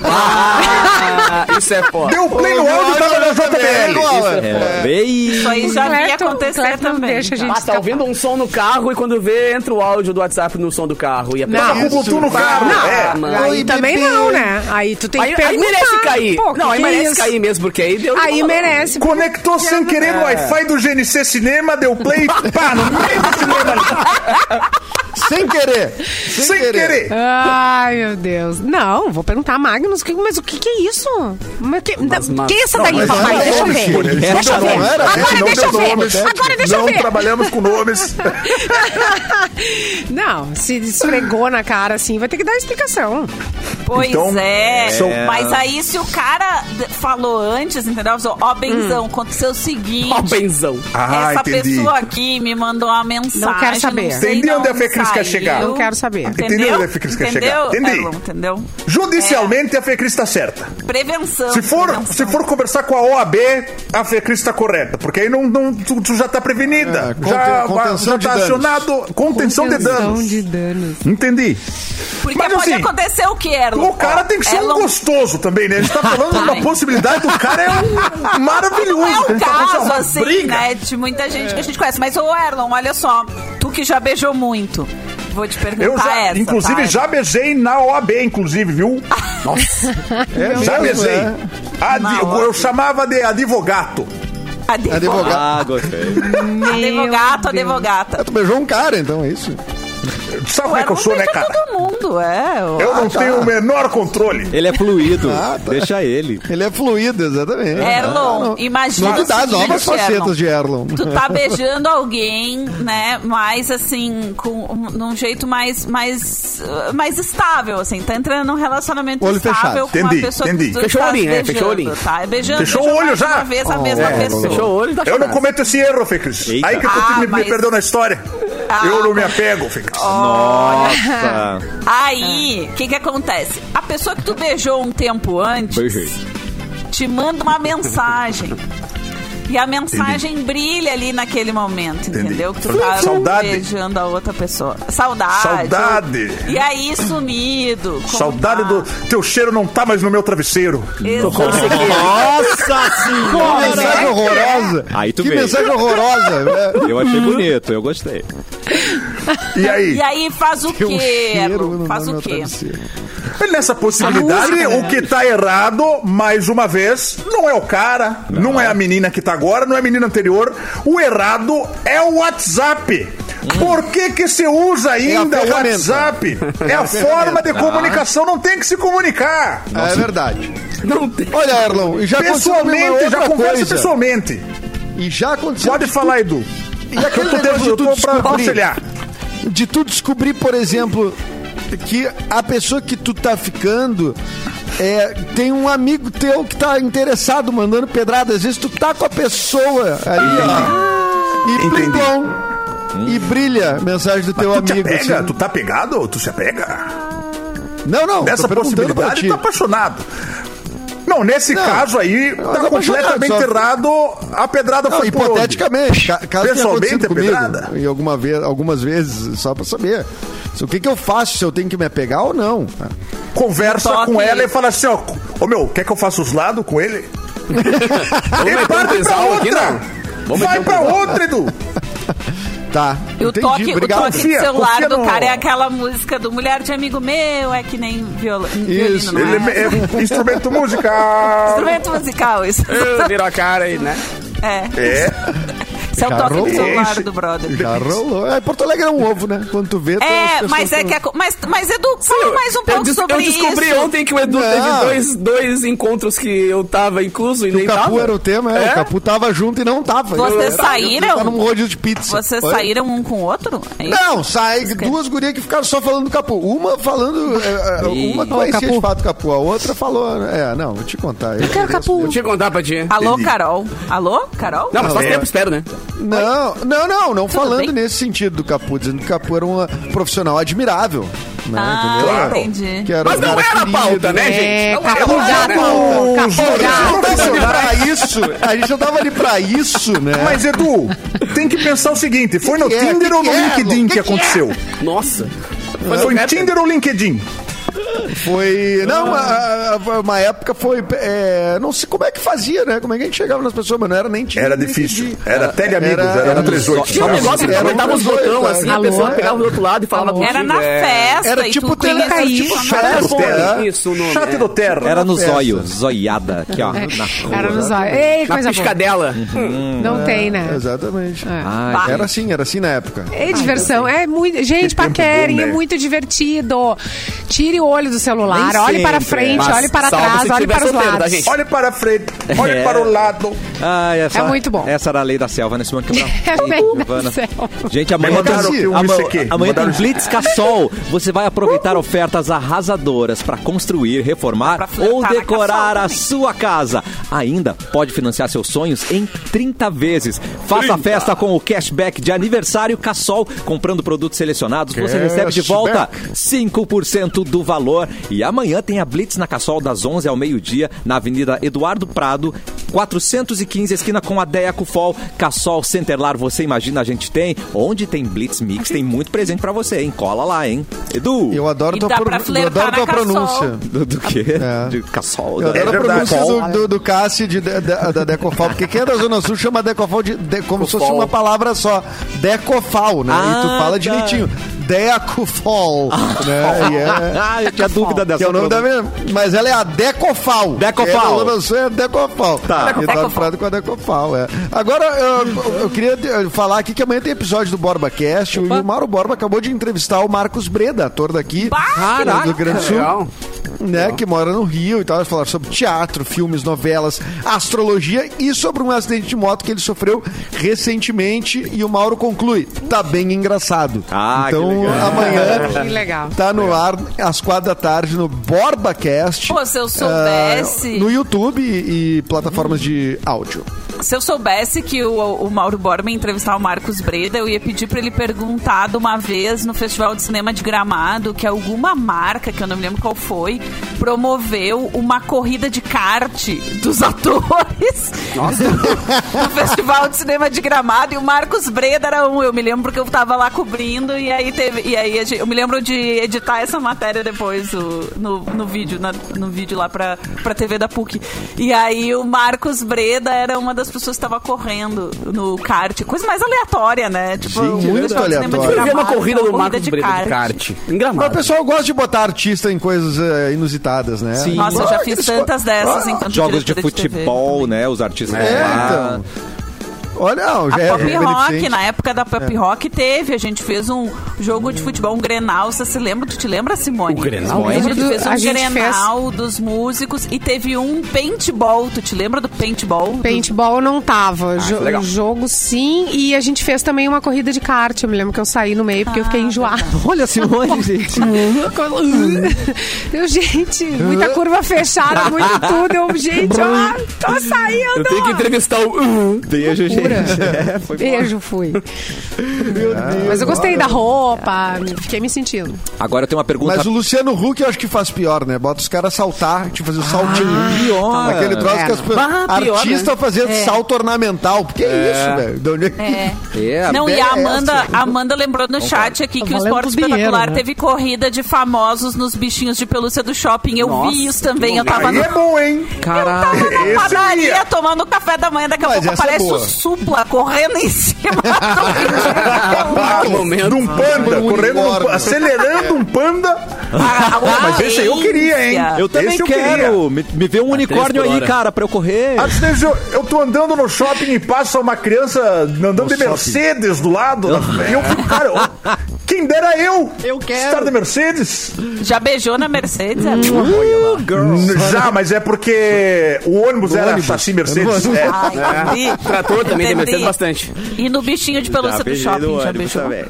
Speaker 9: Ah, isso é foda.
Speaker 2: Deu play no áudio, tava na JBL.
Speaker 1: É, bem...
Speaker 5: Isso aí já
Speaker 4: O
Speaker 5: vi
Speaker 4: Clepton-
Speaker 5: acontecer
Speaker 4: Clepton
Speaker 5: também.
Speaker 4: deixa a gente
Speaker 9: Ah, tá ouvindo um som no carro e quando vê, entra o áudio do WhatsApp no som do carro. E é a pessoa-
Speaker 4: Não.
Speaker 2: Com o Bluetooth no carro.
Speaker 4: Não,
Speaker 2: é.
Speaker 9: mano.
Speaker 4: aí
Speaker 8: Oi,
Speaker 4: também
Speaker 8: bebê.
Speaker 4: não, né? Aí tu tem que
Speaker 9: Aí,
Speaker 4: perguntar.
Speaker 9: aí merece cair. não,
Speaker 4: Pô, que
Speaker 9: aí
Speaker 4: que é
Speaker 9: merece
Speaker 4: isso?
Speaker 9: cair mesmo, porque aí deu.
Speaker 4: Aí merece. é,
Speaker 2: Conectou sem querer no Wi-Fi do GNC Cinema, deu play, pá, no meio do cinema.
Speaker 8: Sem querer. Sem,
Speaker 2: Sem querer.
Speaker 4: Ai, meu Deus. Não, vou perguntar a Magnus. que- Mas o que, que é isso? Mas que, da-
Speaker 9: mas-
Speaker 4: que é essa daí,
Speaker 8: mas
Speaker 4: papai?
Speaker 8: não é
Speaker 4: Deixa eu
Speaker 8: nome,
Speaker 4: ver.
Speaker 8: Chico, né?
Speaker 4: Deixa eu
Speaker 8: Não,
Speaker 4: ver.
Speaker 8: não né? era,
Speaker 4: Agora
Speaker 2: não
Speaker 4: deixa eu
Speaker 2: deu nome,
Speaker 4: ver. Agora deixa eu
Speaker 2: Não
Speaker 4: ver.
Speaker 2: trabalhamos com
Speaker 4: [laughs]
Speaker 2: nomes.
Speaker 4: Não, se esfregou na cara assim, vai ter que dar explicação.
Speaker 5: Pois
Speaker 2: Então,
Speaker 5: é.
Speaker 2: são-
Speaker 5: Mas aí se o cara d- falou antes, entendeu? Falou, Ó,
Speaker 4: Hum.
Speaker 5: benzão, aconteceu o seguinte.
Speaker 9: Ó, benzão.
Speaker 2: Ah,
Speaker 5: Essa
Speaker 2: entendi.
Speaker 5: pessoa aqui me mandou uma mensagem.
Speaker 4: Não quero saber.
Speaker 5: não sei
Speaker 2: Entendi
Speaker 5: de
Speaker 2: onde a Fê Cris quer
Speaker 5: saiu.
Speaker 2: chegar.
Speaker 4: Não quero saber.
Speaker 5: Entendeu?
Speaker 2: Entendi onde a Fê Cris quer chegar.
Speaker 5: Entendeu,
Speaker 2: Entendi.
Speaker 5: Erlon? Entendeu?
Speaker 2: Judicialmente, a Fecris tá certa.
Speaker 5: Prevenção.
Speaker 2: Se for,
Speaker 5: prevenção.
Speaker 2: se for conversar com a OAB, a Fecris tá correta. Porque aí não, não, tu, tu já tá prevenida.
Speaker 8: É, conte-
Speaker 2: já,
Speaker 8: contenção
Speaker 2: já
Speaker 8: de
Speaker 2: tá
Speaker 8: danos.
Speaker 2: acionado. Contenção, de danos.
Speaker 4: de danos.
Speaker 2: Entendi.
Speaker 5: Porque
Speaker 2: Mas,
Speaker 5: pode
Speaker 2: assim,
Speaker 5: acontecer o que, Erlon?
Speaker 2: O cara tem que ser um
Speaker 5: Erlon,
Speaker 2: gostoso também, né? A gente tá falando de uma
Speaker 5: Vai.
Speaker 2: possibilidade do cara é um maravilhoso.
Speaker 5: Não é
Speaker 2: A
Speaker 5: o
Speaker 2: gente tá falando
Speaker 5: caso,
Speaker 2: uma
Speaker 5: assim,
Speaker 2: briga.
Speaker 5: né? De muita gente que a gente conhece. Mas, ô Erlon, olha só. Tu que já beijou muito. Vou te perguntar
Speaker 2: Eu já,
Speaker 5: essa,
Speaker 2: inclusive,
Speaker 5: tá?
Speaker 2: já beijei na OAB, inclusive, viu?
Speaker 8: É
Speaker 2: já
Speaker 8: mesmo,
Speaker 2: beijei.
Speaker 8: é.
Speaker 2: Adi-
Speaker 5: Na
Speaker 2: eu, eu chamava de advogato.
Speaker 5: Advogado,
Speaker 8: Advogado.
Speaker 1: Ah, gostei.
Speaker 5: advogado, advogata.
Speaker 8: Tu beijou um cara, então, é isso?
Speaker 2: Sabe
Speaker 5: O
Speaker 2: como é que eu sou,
Speaker 5: Erlon
Speaker 2: né,
Speaker 5: beija
Speaker 2: cara?
Speaker 5: todo mundo, é.
Speaker 2: Eu não tenho o menor controle.
Speaker 1: Ele é fluido. Deixa ele.
Speaker 8: Ele é fluido, exatamente.
Speaker 5: É, Erlon, imagina
Speaker 8: Novidades,
Speaker 5: o seguinte,
Speaker 8: novas
Speaker 5: Erlon.
Speaker 8: facetas de Erlon.
Speaker 5: Tu tá beijando alguém, né? Mas assim, com um- num jeito mais, mais, uh, mais estável, assim. Tá entrando num relacionamento
Speaker 8: Olho
Speaker 5: estável
Speaker 8: fechado.
Speaker 5: com
Speaker 2: Entendi,
Speaker 5: uma pessoa
Speaker 2: entendi.
Speaker 5: que tu
Speaker 9: Fechou o
Speaker 5: tá
Speaker 9: olhinho, é,
Speaker 5: beijando,
Speaker 9: fechou o olhinho.
Speaker 5: Tá? Beijando,
Speaker 2: Fechou o
Speaker 5: beijou
Speaker 2: olho
Speaker 5: mais
Speaker 2: já?
Speaker 5: Uma vez a mesma pessoa.
Speaker 9: Fechou o olho e tá
Speaker 2: Eu não
Speaker 9: chorando.
Speaker 2: cometo esse erro, Fê Cris.
Speaker 1: Eita.
Speaker 2: Aí que eu tô-
Speaker 5: Ah,
Speaker 2: me, me
Speaker 5: mas-
Speaker 2: perdeu na história. eu não me apego, Fê Cris.
Speaker 4: Ah.
Speaker 1: Nossa.
Speaker 5: Aí, o que que acontece? A pessoa que tu beijou um tempo antes
Speaker 1: Beijei.
Speaker 5: te manda uma mensagem. E a mensagem brilha ali naquele momento,
Speaker 2: Entendi.
Speaker 5: entendeu? Que tu tá
Speaker 2: Saudade.
Speaker 5: beijando a outra pessoa. Saudade.
Speaker 2: Saudade.
Speaker 5: E aí, sumido. como
Speaker 2: Saudade
Speaker 5: tá?
Speaker 2: do. Teu cheiro não tá mais no meu travesseiro.
Speaker 5: Exato.
Speaker 1: Nossa
Speaker 8: Que
Speaker 1: senhora!
Speaker 8: mensagem horrorosa.
Speaker 1: Aí tu
Speaker 8: que
Speaker 1: veio.
Speaker 8: mensagem horrorosa. né?
Speaker 1: Eu achei bonito, eu gostei.
Speaker 2: E aí?
Speaker 5: E aí faz o
Speaker 8: Tem um
Speaker 5: quê?
Speaker 8: cheiro
Speaker 5: Erlon?
Speaker 8: no
Speaker 5: faz
Speaker 8: meu
Speaker 5: o quê?
Speaker 8: travesseiro.
Speaker 2: Nessa possibilidade, o que tá errado, mais uma vez, não é o cara, não. é a menina que tá agora, não é a menina anterior. O errado é o WhatsApp. Por que que se usa ainda o
Speaker 8: ferramenta.
Speaker 2: WhatsApp? É a forma de comunicação, não tem que se comunicar.
Speaker 8: É verdade.
Speaker 9: [laughs] Não tem.
Speaker 8: Olha, Erlon, e já aconteceu também
Speaker 2: Pessoalmente,
Speaker 8: uma
Speaker 2: já
Speaker 8: outra
Speaker 2: conversa
Speaker 8: coisa.
Speaker 2: pessoalmente.
Speaker 8: E já aconteceu
Speaker 2: Pode falar, Edu.
Speaker 8: E aquele
Speaker 2: Eu tô
Speaker 8: negócio
Speaker 2: dentro, eu
Speaker 8: de tu
Speaker 2: tô pra
Speaker 8: descobrir-
Speaker 2: aconselhar.
Speaker 8: De tu descobrir, por exemplo, que a pessoa que tu tá ficando é, tem um amigo teu que tá interessado, mandando pedrada. Às vezes tu tá com a pessoa ali, ó. E
Speaker 2: Entendi. Hum.
Speaker 8: plim-plom. E brilha a mensagem do teu
Speaker 2: Tu te
Speaker 8: amigo.
Speaker 2: apega?
Speaker 8: assim.
Speaker 2: Tu tá pegado? Tu se apega?
Speaker 8: Não, não.
Speaker 2: dessa
Speaker 8: tô perguntando pra
Speaker 2: possibilidade,
Speaker 8: ti.
Speaker 2: tá apaixonado. Não, nesse
Speaker 8: Não,
Speaker 2: caso aí,
Speaker 8: eu
Speaker 2: tá
Speaker 8: tô
Speaker 2: completamente
Speaker 8: apaixonado, só-
Speaker 2: errado. A pedrada
Speaker 8: Não,
Speaker 2: foi por onde?
Speaker 8: hipoteticamente, ca- caso tenha
Speaker 2: Pessoalmente
Speaker 8: acontecido
Speaker 2: é pedrada?
Speaker 8: comigo, em alguma vez, algumas vezes, só pra saber. Se- O que que eu faço, se eu tenho que me apegar ou não.
Speaker 2: Conversa
Speaker 5: Toque.
Speaker 2: com ela e fala assim, ó, ô meu, quer que eu faça os lados com
Speaker 9: [laughs]
Speaker 2: ele? e parte pra
Speaker 9: pensar um aqui,
Speaker 2: outra! Vai
Speaker 9: um
Speaker 2: pra outra,
Speaker 9: [laughs]
Speaker 2: Edu!
Speaker 8: Tá,
Speaker 5: E o
Speaker 8: entendi,
Speaker 5: toque, o
Speaker 8: obrigado.
Speaker 5: toque
Speaker 2: Confia,
Speaker 5: de celular
Speaker 2: confia
Speaker 5: do
Speaker 2: no-
Speaker 5: cara é aquela música do Mulher de Amigo Meu, é que nem viola, violino, não
Speaker 2: Ele
Speaker 5: é?
Speaker 2: é instrumento
Speaker 8: [laughs]
Speaker 2: musical!
Speaker 5: Instrumento musical, isso.
Speaker 9: Virou a cara aí, né?
Speaker 5: É,
Speaker 2: É,
Speaker 5: isso é o toque de
Speaker 8: Carol.
Speaker 5: celular
Speaker 2: Enche.
Speaker 5: do brother.
Speaker 8: Já rolou. É, Porto Alegre é um ovo, né? Quando tu vê... tem as
Speaker 5: É,
Speaker 8: pessoas
Speaker 5: mas é
Speaker 8: que-
Speaker 5: que a, co- mas, mas Edu, fala mais um
Speaker 9: Eu,
Speaker 5: pouco
Speaker 9: des- eu
Speaker 5: sobre isso.
Speaker 9: descobri ontem que o Edu teve
Speaker 8: Não.
Speaker 9: dois, dois encontros que eu tava incluso e
Speaker 8: O
Speaker 9: nem
Speaker 8: Capu
Speaker 9: tava.
Speaker 8: era o tema, é,
Speaker 9: É?
Speaker 8: o Capu tava junto e não tava.
Speaker 5: Vocês
Speaker 8: Eu era- eu
Speaker 5: saíram?
Speaker 8: Tava num rodízio de pizza.
Speaker 5: Vocês
Speaker 8: Oi?
Speaker 5: saíram um com o outro? É isso?
Speaker 8: Não, sai duas gurias que ficaram só falando do Capu. Uma falando... é, é, uma conhecia de fato o Capu, a outra falou... né? É, não, vou te contar. Eu
Speaker 9: Vou
Speaker 4: Quero capu.
Speaker 9: te contar pra ti.
Speaker 5: Alô, Carol. Alô, Carol?
Speaker 9: Não, mas faz
Speaker 2: É.
Speaker 9: tempo, espero, né?
Speaker 8: Não, não, não, não falando
Speaker 5: bem?
Speaker 8: nesse sentido do Capu, dizendo que o Capu era um profissional admirável. Né,
Speaker 5: Ah,
Speaker 8: entendeu?
Speaker 5: claro. entendi.
Speaker 8: Que era
Speaker 9: Mas
Speaker 8: um
Speaker 9: não
Speaker 8: cara
Speaker 9: era a
Speaker 8: querido.
Speaker 9: pauta,
Speaker 4: É,
Speaker 9: né, gente? Não era a pauta,
Speaker 4: Gato,
Speaker 9: né?
Speaker 4: capu,
Speaker 8: A
Speaker 4: gato.
Speaker 8: gente não tava ali pra isso, a gente não tava ali pra isso, né?
Speaker 2: mas Edu, tem que pensar o seguinte, foi no
Speaker 8: Que que é?
Speaker 2: Tinder
Speaker 8: Que
Speaker 2: ou
Speaker 8: que
Speaker 2: no
Speaker 8: é,
Speaker 2: LinkedIn
Speaker 8: Lu?
Speaker 2: que
Speaker 8: Que que é?
Speaker 2: aconteceu?
Speaker 9: Nossa.
Speaker 2: Foi no Tinder ou LinkedIn?
Speaker 8: Foi. Não, a- a- uma época foi. é, não sei como é que fazia, né? Como é que a gente chegava nas pessoas, mas não era nem Tinder,
Speaker 2: Era
Speaker 8: nem
Speaker 2: difícil.
Speaker 8: Tinder.
Speaker 2: Era teleamigos,
Speaker 8: Era-
Speaker 2: era
Speaker 8: era
Speaker 9: Tinha
Speaker 2: 138.
Speaker 9: um negócio que
Speaker 8: Era um
Speaker 9: apertava os
Speaker 8: dos dois,
Speaker 9: botões,
Speaker 8: tá?
Speaker 9: assim, a
Speaker 4: Alô?
Speaker 9: pessoa pegava do outro lado e falava
Speaker 4: Alô?
Speaker 9: contigo.
Speaker 5: Era na
Speaker 9: É.
Speaker 5: festa
Speaker 8: Era
Speaker 5: e
Speaker 8: tipo
Speaker 5: tu
Speaker 8: tele-
Speaker 5: conhecia
Speaker 8: era
Speaker 4: tipo
Speaker 2: Chato do
Speaker 9: Telefone,
Speaker 2: terra.
Speaker 9: É, isso, o nome,
Speaker 2: Chato
Speaker 9: é.
Speaker 2: do terra.
Speaker 1: Era no
Speaker 8: Peça.
Speaker 1: zóio, zoiada, aqui ó. Na rua.
Speaker 4: É. Era nos olhos. Ei,
Speaker 9: Na
Speaker 4: coisa boa.
Speaker 9: piscadela. Uhum.
Speaker 4: Não tem, né?
Speaker 8: Exatamente.
Speaker 1: Ai,
Speaker 8: Era assim, era assim na época.
Speaker 4: É diversão, é muito. Gente,
Speaker 2: tempo
Speaker 4: paquerem,
Speaker 2: bom,
Speaker 4: é
Speaker 2: né?
Speaker 4: muito divertido. Tire o olho do celular,
Speaker 1: Nem
Speaker 4: olhe para
Speaker 1: sempre,
Speaker 4: frente,
Speaker 9: Mas
Speaker 4: olhe para
Speaker 9: salvo se
Speaker 4: trás, olhe
Speaker 9: tiver
Speaker 4: para os
Speaker 9: solteiro, tá,
Speaker 4: lados.
Speaker 9: gente?
Speaker 2: Olhe para a frente, olhe
Speaker 1: É.
Speaker 2: para o lado.
Speaker 1: Ai, essa,
Speaker 4: É muito bom.
Speaker 1: Essa era a lei da selva né? nesse momento.
Speaker 4: [laughs] [laughs] É bem da selva.
Speaker 1: Gente, amanhã tem,
Speaker 2: mandaram aqui um
Speaker 1: ama-
Speaker 2: ICQ,
Speaker 1: amanhã tem
Speaker 2: mandaram-
Speaker 1: Blitz Cassol. Você vai aproveitar ofertas arrasadoras para construir, reformar
Speaker 5: Dá pra flertar
Speaker 1: ou
Speaker 5: na
Speaker 1: decorar
Speaker 5: Cassol
Speaker 1: a
Speaker 5: também.
Speaker 1: sua casa. Ainda pode financiar seus sonhos em 30 vezes. Faça a festa com o cashback de aniversário Cassol. Comprando produtos selecionados, você recebe de volta 5% do valor. E amanhã tem a Blitz na Cassol das 11 ao meio-dia na Avenida Eduardo Prado, 415 esquina com a Deia Cufol. Cassol Centerlar, você imagina, a gente tem. Onde tem Blitz Mix, tem muito presente pra você, hein? Cola lá, hein? Edu!
Speaker 8: Eu adoro
Speaker 5: E
Speaker 8: tua,
Speaker 5: dá
Speaker 8: pro-
Speaker 5: pra
Speaker 8: eu
Speaker 5: flertar
Speaker 8: adoro
Speaker 5: na
Speaker 8: tua
Speaker 5: Cassol.
Speaker 8: pronúncia.
Speaker 1: Do, do quê?
Speaker 8: É.
Speaker 1: De Cassol? né?
Speaker 8: Eu
Speaker 1: da-
Speaker 9: É
Speaker 8: adoro a
Speaker 2: verdade.
Speaker 8: pronúncia do, do, do Cassi de, de- da, da Decofal, porque quem é da Zona Sul chama Decofal de, de- como se fosse
Speaker 9: Cofal.
Speaker 8: uma palavra só. Decofal, né? e tu
Speaker 1: Ah,
Speaker 8: fala
Speaker 1: tá.
Speaker 8: direitinho. Deco Fall. né? E é-
Speaker 1: [laughs] Ah, eu tinha dúvida dessa.
Speaker 8: que é o nome da menina. Mas ela é a Decofal.
Speaker 1: Decofal.
Speaker 8: Ela lançou é Decofal.
Speaker 1: Tá.
Speaker 8: E tá Prado com a Decofal, é. Agora, eu, eu queria eh, falar aqui que amanhã tem episódio do Borba Cast. E o Mauro Borba acabou de entrevistar o Marcos Breda, ator daqui. do Rio Grande do Sul.
Speaker 9: Legal.
Speaker 8: Né, que mora no Rio e tal, eles falaram sobre teatro, filmes, novelas, astrologia e sobre um acidente de moto que ele sofreu recentemente. E o Mauro conclui: tá bem engraçado.
Speaker 1: Ah, que
Speaker 8: então
Speaker 1: legal.
Speaker 8: amanhã
Speaker 4: Que legal.
Speaker 8: Tá no ar às quatro da tarde no BorbaCast.
Speaker 5: Pô, se eu
Speaker 8: eh,
Speaker 5: soubesse. Uhum.
Speaker 8: no YouTube e, e plataformas de áudio.
Speaker 5: Se eu soubesse que o, o Mauro Borba ia entrevistar o Marcos Breda, eu ia pedir pra ele perguntar de uma vez no Festival de Cinema de Gramado que alguma marca, que eu não me lembro qual foi, promoveu uma corrida de kart dos [laughs] atores [laughs] do, do Festival de Cinema de Gramado e o Marcos Breda era um. Eu me lembro que eu tava lá cobrindo e aí teve. E aí a gente- eu me lembro de editar essa matéria depois o- no, no vídeo, na- no vídeo lá pra, pra TV da PUC. E aí o Marcos Breda era uma das pessoas que tava correndo no kart. Coisa mais aleatória, né? Tipo,
Speaker 8: Gente,
Speaker 5: o
Speaker 8: muito
Speaker 5: Festival de Cinema de
Speaker 8: aleatório.
Speaker 9: Fui ver uma
Speaker 5: Gramado,
Speaker 9: corrida do Marcos
Speaker 5: de
Speaker 9: Breda de kart.
Speaker 8: Mas o
Speaker 9: Engramado.
Speaker 8: pessoal gosta de botar artista em coisas eh, inusitadas, né?
Speaker 1: Sim.
Speaker 5: Nossa, eu já
Speaker 8: Ah,
Speaker 5: fiz
Speaker 8: eles-
Speaker 5: tantas dessas enquanto
Speaker 1: Jogos de
Speaker 5: diretora TV.
Speaker 1: futebol, né? Os artistas
Speaker 8: É,
Speaker 1: lá.
Speaker 8: então. Olha, não, já
Speaker 5: Ah. A
Speaker 8: é
Speaker 5: Pop Rock, né?
Speaker 8: beneficente.
Speaker 5: na época da Pop Rock, teve. A gente fez um jogo de futebol, um Grenal. Você se lembra? Tu te lembra, Simone?
Speaker 9: O Grenal?
Speaker 5: A gente
Speaker 4: Lembro do-
Speaker 5: fez um
Speaker 4: a gente fez-
Speaker 5: Grenal dos músicos e teve um paintball. Tu te lembra do paintball?
Speaker 4: Paintball eu não tava. Jo-
Speaker 9: Ah, legal.
Speaker 4: jogo sim. E a gente fez também uma corrida de kart. Eu me lembro que eu saí no meio porque eu fiquei enjoada.
Speaker 6: Olha, Simone, gente.
Speaker 4: tá [laughs] Eu, gente, muita curva fechada, muito tudo. Eu, gente, eu ah, tô saindo.
Speaker 9: Eu tenho que entrevistar o.
Speaker 1: Beijo, gente. [laughs] É, foi bom.
Speaker 4: Beijo, fui. Mas eu gostei da roupa, fiquei me sentindo.
Speaker 1: Agora eu tenho uma pergunta.
Speaker 8: Mas o Luciano Huck eu acho que faz pior, né? Bota os caras saltar, tipo,
Speaker 5: Ah,
Speaker 8: fazer o saltinho.
Speaker 1: pior.
Speaker 8: Aquele troço
Speaker 4: É.
Speaker 8: que as pessoas.
Speaker 9: Ah, pior,
Speaker 8: artista
Speaker 5: né?
Speaker 8: fazendo salto ornamental. Porque é isso, velho? De onde
Speaker 5: É.
Speaker 8: [laughs]
Speaker 1: É,
Speaker 5: Não, e
Speaker 8: ideia
Speaker 5: a
Speaker 8: é
Speaker 5: Amanda,
Speaker 8: essa.
Speaker 5: a Amanda lembrou no chat aqui que o
Speaker 6: Valendo
Speaker 5: Esporte
Speaker 6: dinheiro,
Speaker 5: Espetacular
Speaker 6: né?
Speaker 5: teve corrida de famosos nos bichinhos de pelúcia do shopping. Eu vi isso também. Eu tava
Speaker 2: Aí
Speaker 5: no
Speaker 2: é bom, hein?
Speaker 1: Caralho.
Speaker 5: na
Speaker 2: Ah, Esse eu
Speaker 5: padaria
Speaker 2: ia.
Speaker 5: tomando café da manhã, daqui a
Speaker 8: Mas
Speaker 5: pouco
Speaker 8: essa é
Speaker 5: aparece
Speaker 8: boa.
Speaker 5: o supla correndo
Speaker 2: [laughs]
Speaker 5: em cima do
Speaker 2: Ah, de
Speaker 9: [laughs]
Speaker 2: um panda,
Speaker 8: um
Speaker 2: correndo, num
Speaker 8: unicórnio.
Speaker 2: pa- acelerando um panda.
Speaker 5: Ah,
Speaker 2: mas esse aí eu queria, hein?
Speaker 1: Eu também
Speaker 2: Esse eu
Speaker 1: quero.
Speaker 2: queria.
Speaker 1: Me, me vê um unicórnio
Speaker 9: por
Speaker 1: aí,
Speaker 9: hora.
Speaker 1: cara, pra eu correr.
Speaker 2: Às vezes eu, eu tô andando no shopping e passa uma criança andando de Mercedes do lado. E eu fico, cara, eu- quem dera eu,
Speaker 1: Eu quero.
Speaker 2: estar na Mercedes.
Speaker 5: Já beijou na Mercedes? é
Speaker 2: Já, mas é porque o ônibus era chassi Mercedes. É.
Speaker 5: Ah, Ai,
Speaker 9: Trator também, tem Mercedes
Speaker 5: Entendi.
Speaker 9: bastante.
Speaker 5: E no bichinho de pelúcia do
Speaker 1: beijei no
Speaker 5: shopping, já
Speaker 1: ônibus
Speaker 5: beijou.
Speaker 1: também.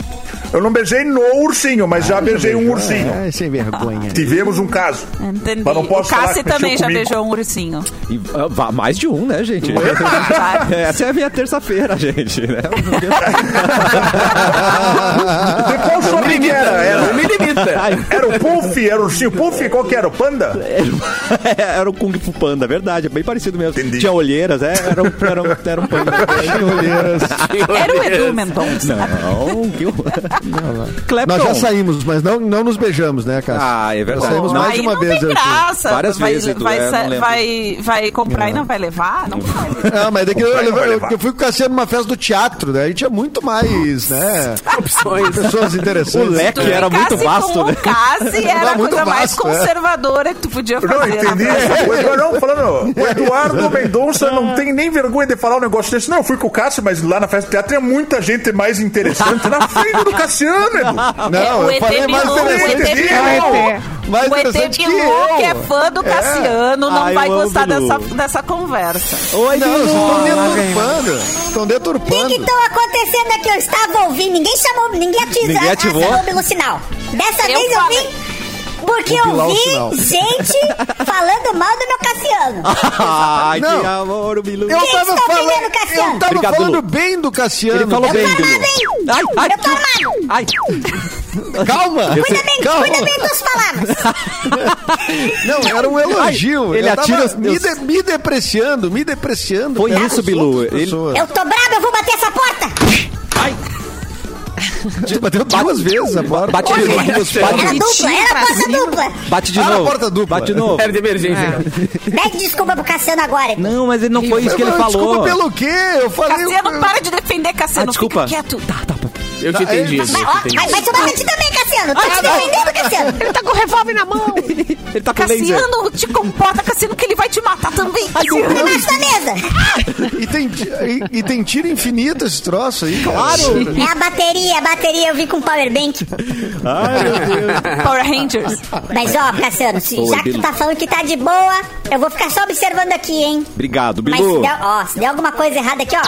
Speaker 2: Eu não beijei no ursinho, mas já beijei um ursinho.
Speaker 8: É,
Speaker 1: [laughs]
Speaker 8: sem vergonha.
Speaker 2: Tivemos um caso.
Speaker 5: Entendi.
Speaker 2: Mas não
Speaker 5: O
Speaker 2: posso falar
Speaker 5: Cassi
Speaker 2: que mexeu
Speaker 5: também já
Speaker 2: comigo.
Speaker 5: beijou um ursinho.
Speaker 1: E, ah, vá- mais de um, né, [laughs] gente?
Speaker 5: Vai.
Speaker 1: Essa é a minha terça-feira, [laughs] gente. Né?
Speaker 2: De qual shopping que era?
Speaker 9: Não
Speaker 2: era?
Speaker 9: me limita.
Speaker 2: Era o Puff? Era o ursinho Puff? Qual que era? O
Speaker 1: É,
Speaker 2: Panda?
Speaker 1: um- [laughs] Era o Kung Fu Panda, verdade. É bem parecido mesmo.
Speaker 2: Entendi.
Speaker 1: Tinha olheiras, é, era, um, era, um, era um panda. [laughs] Tinha olheiras.
Speaker 5: Era o Edu Mendonça.
Speaker 1: Não, que... não.
Speaker 8: Nós já
Speaker 1: Clepton.
Speaker 8: saímos, mas não, não nos beijamos, né, Cássio?
Speaker 1: É Ah, é verdade.
Speaker 8: Nós saímos
Speaker 1: Não,
Speaker 8: mais
Speaker 5: aí
Speaker 8: de uma
Speaker 5: não
Speaker 8: vez.
Speaker 5: tem
Speaker 8: eu acho.
Speaker 5: graça.
Speaker 1: Várias
Speaker 5: vai,
Speaker 1: vezes, Edu,
Speaker 5: vai,
Speaker 1: é,
Speaker 5: sa-
Speaker 1: não lembro.
Speaker 5: vai, vai comprar e não vai levar? Não vai.
Speaker 8: Ah, mas daqui eu,
Speaker 2: Vai,
Speaker 8: eu,
Speaker 2: vai
Speaker 8: eu,
Speaker 2: levar.
Speaker 8: eu fui com o Cassiano numa festa do teatro, né? Aí tinha muito mais, né?
Speaker 9: Opções.
Speaker 8: Pessoas interessantes.
Speaker 1: O leque. Que era muito
Speaker 5: ficasse
Speaker 1: vasto,
Speaker 5: com
Speaker 1: né?
Speaker 5: o Cassi era a
Speaker 8: Era muito
Speaker 5: coisa mais
Speaker 8: vasto, é.
Speaker 5: conservadora que tu podia fazer.
Speaker 2: Não,
Speaker 5: na
Speaker 2: entendi.
Speaker 5: praia.
Speaker 2: O Eduardo, não, falando, o Eduardo Mendonça não tem nem vergonha de falar um negócio desse. Não, eu fui com o Cássio, mas lá na festa do teatro tinha muita gente mais interessante na frente do Cassiano, Edu.
Speaker 5: É,
Speaker 8: Não,
Speaker 5: o
Speaker 8: eu
Speaker 5: ET
Speaker 8: falei mais
Speaker 5: Bilu, o
Speaker 8: interessante
Speaker 5: ET
Speaker 8: que
Speaker 5: Bilu.
Speaker 8: eu.
Speaker 4: É,
Speaker 8: Mais
Speaker 5: o ET
Speaker 8: interessante que
Speaker 5: Bilu, que é
Speaker 8: eu.
Speaker 5: fã do Cassiano, não
Speaker 1: Ai,
Speaker 5: vai
Speaker 1: eu amo
Speaker 5: gostar
Speaker 1: Bilu.
Speaker 5: dessa, dessa conversa.
Speaker 1: Oi,
Speaker 8: Não, vocês estão
Speaker 1: Bilu.
Speaker 8: deturpando. Estão
Speaker 10: O que tá-
Speaker 8: deturpando.
Speaker 10: estão acontecendo aqui? Eu estava ouvindo, ninguém chamou, ninguém ativou,
Speaker 1: Ninguém ativou?
Speaker 10: acionou pelo sinal. Dessa
Speaker 5: Eu
Speaker 10: vez eu
Speaker 5: falei.
Speaker 10: vim porque
Speaker 8: Vou pilar
Speaker 10: eu
Speaker 8: o sinal.
Speaker 10: vi gente falando mal do meu Cassiano.
Speaker 1: [laughs] Ai, que
Speaker 8: Não.
Speaker 1: amor, o Bilu.
Speaker 8: Eu
Speaker 10: Quem
Speaker 8: tava
Speaker 10: está
Speaker 8: falando,
Speaker 10: ofendendo o Cassiano?
Speaker 8: eu tava
Speaker 1: Obrigado,
Speaker 8: falando
Speaker 1: Lu.
Speaker 8: bem do Cassiano.
Speaker 1: Ele falou bem,
Speaker 10: Parabéns!
Speaker 1: Bilu.
Speaker 10: eu tô armado!
Speaker 1: Ai,
Speaker 8: Calma.
Speaker 10: Cuida bem, cuida bem das palavras!
Speaker 8: Não, era um elogio.
Speaker 1: Ai, ele
Speaker 8: Eu tava
Speaker 1: atira os-
Speaker 8: me, de- me depreciando, me depreciando.
Speaker 1: Foi
Speaker 8: perante
Speaker 1: isso,
Speaker 8: as
Speaker 1: Bilu.
Speaker 8: outras
Speaker 1: Ele-
Speaker 8: pessoas.
Speaker 10: Eu tô bravo, eu vou bater essa porta!
Speaker 8: Tu bateu duas vezes a porta.
Speaker 1: bate de novo,
Speaker 10: Era
Speaker 1: bate,
Speaker 10: dupla, era porta dupla!
Speaker 1: bate de
Speaker 8: Ah,
Speaker 1: novo.
Speaker 8: porta dupla.
Speaker 1: Bate de novo.
Speaker 9: Era de emergência. cara.
Speaker 10: Pede desculpa pro Cassiano agora! Edu.
Speaker 1: Não, mas ele não foi isso que ele
Speaker 8: Desculpa
Speaker 1: falou.
Speaker 8: pelo quê? Eu falei...
Speaker 5: Cassiano, para de defender Cassiano.
Speaker 1: Ah, desculpa.
Speaker 5: Fica quieto.
Speaker 1: Tá, tá.
Speaker 9: Eu te
Speaker 8: Tá,
Speaker 9: entendi.
Speaker 8: ele-
Speaker 9: isso, eu te
Speaker 10: Vai,
Speaker 9: entendi.
Speaker 10: vai, vai tomar pra ti também, Cassiano. Tá
Speaker 5: Ah,
Speaker 10: te defendendo, Cassiano.
Speaker 4: Ele tá com o revólver na mão.
Speaker 1: Ele tá com laser.
Speaker 5: Cassiano, te comporta, Cassiano, que ele vai te matar também.
Speaker 10: Embaixo da mesa.
Speaker 8: um- E tem, e, e tem tiro infinito esse troço aí. Claro!
Speaker 10: É a bateria, a bateria eu vi com power bank.
Speaker 5: Power Rangers.
Speaker 10: Mas ó, Cassiano, se-
Speaker 1: Boa,
Speaker 10: já que tu
Speaker 1: Bilu.
Speaker 10: tá falando que tá de boa, eu vou ficar só observando aqui, hein?
Speaker 1: Obrigado,
Speaker 10: Mas se
Speaker 1: Bilu.
Speaker 10: der, ó, se der alguma coisa errada aqui, ó.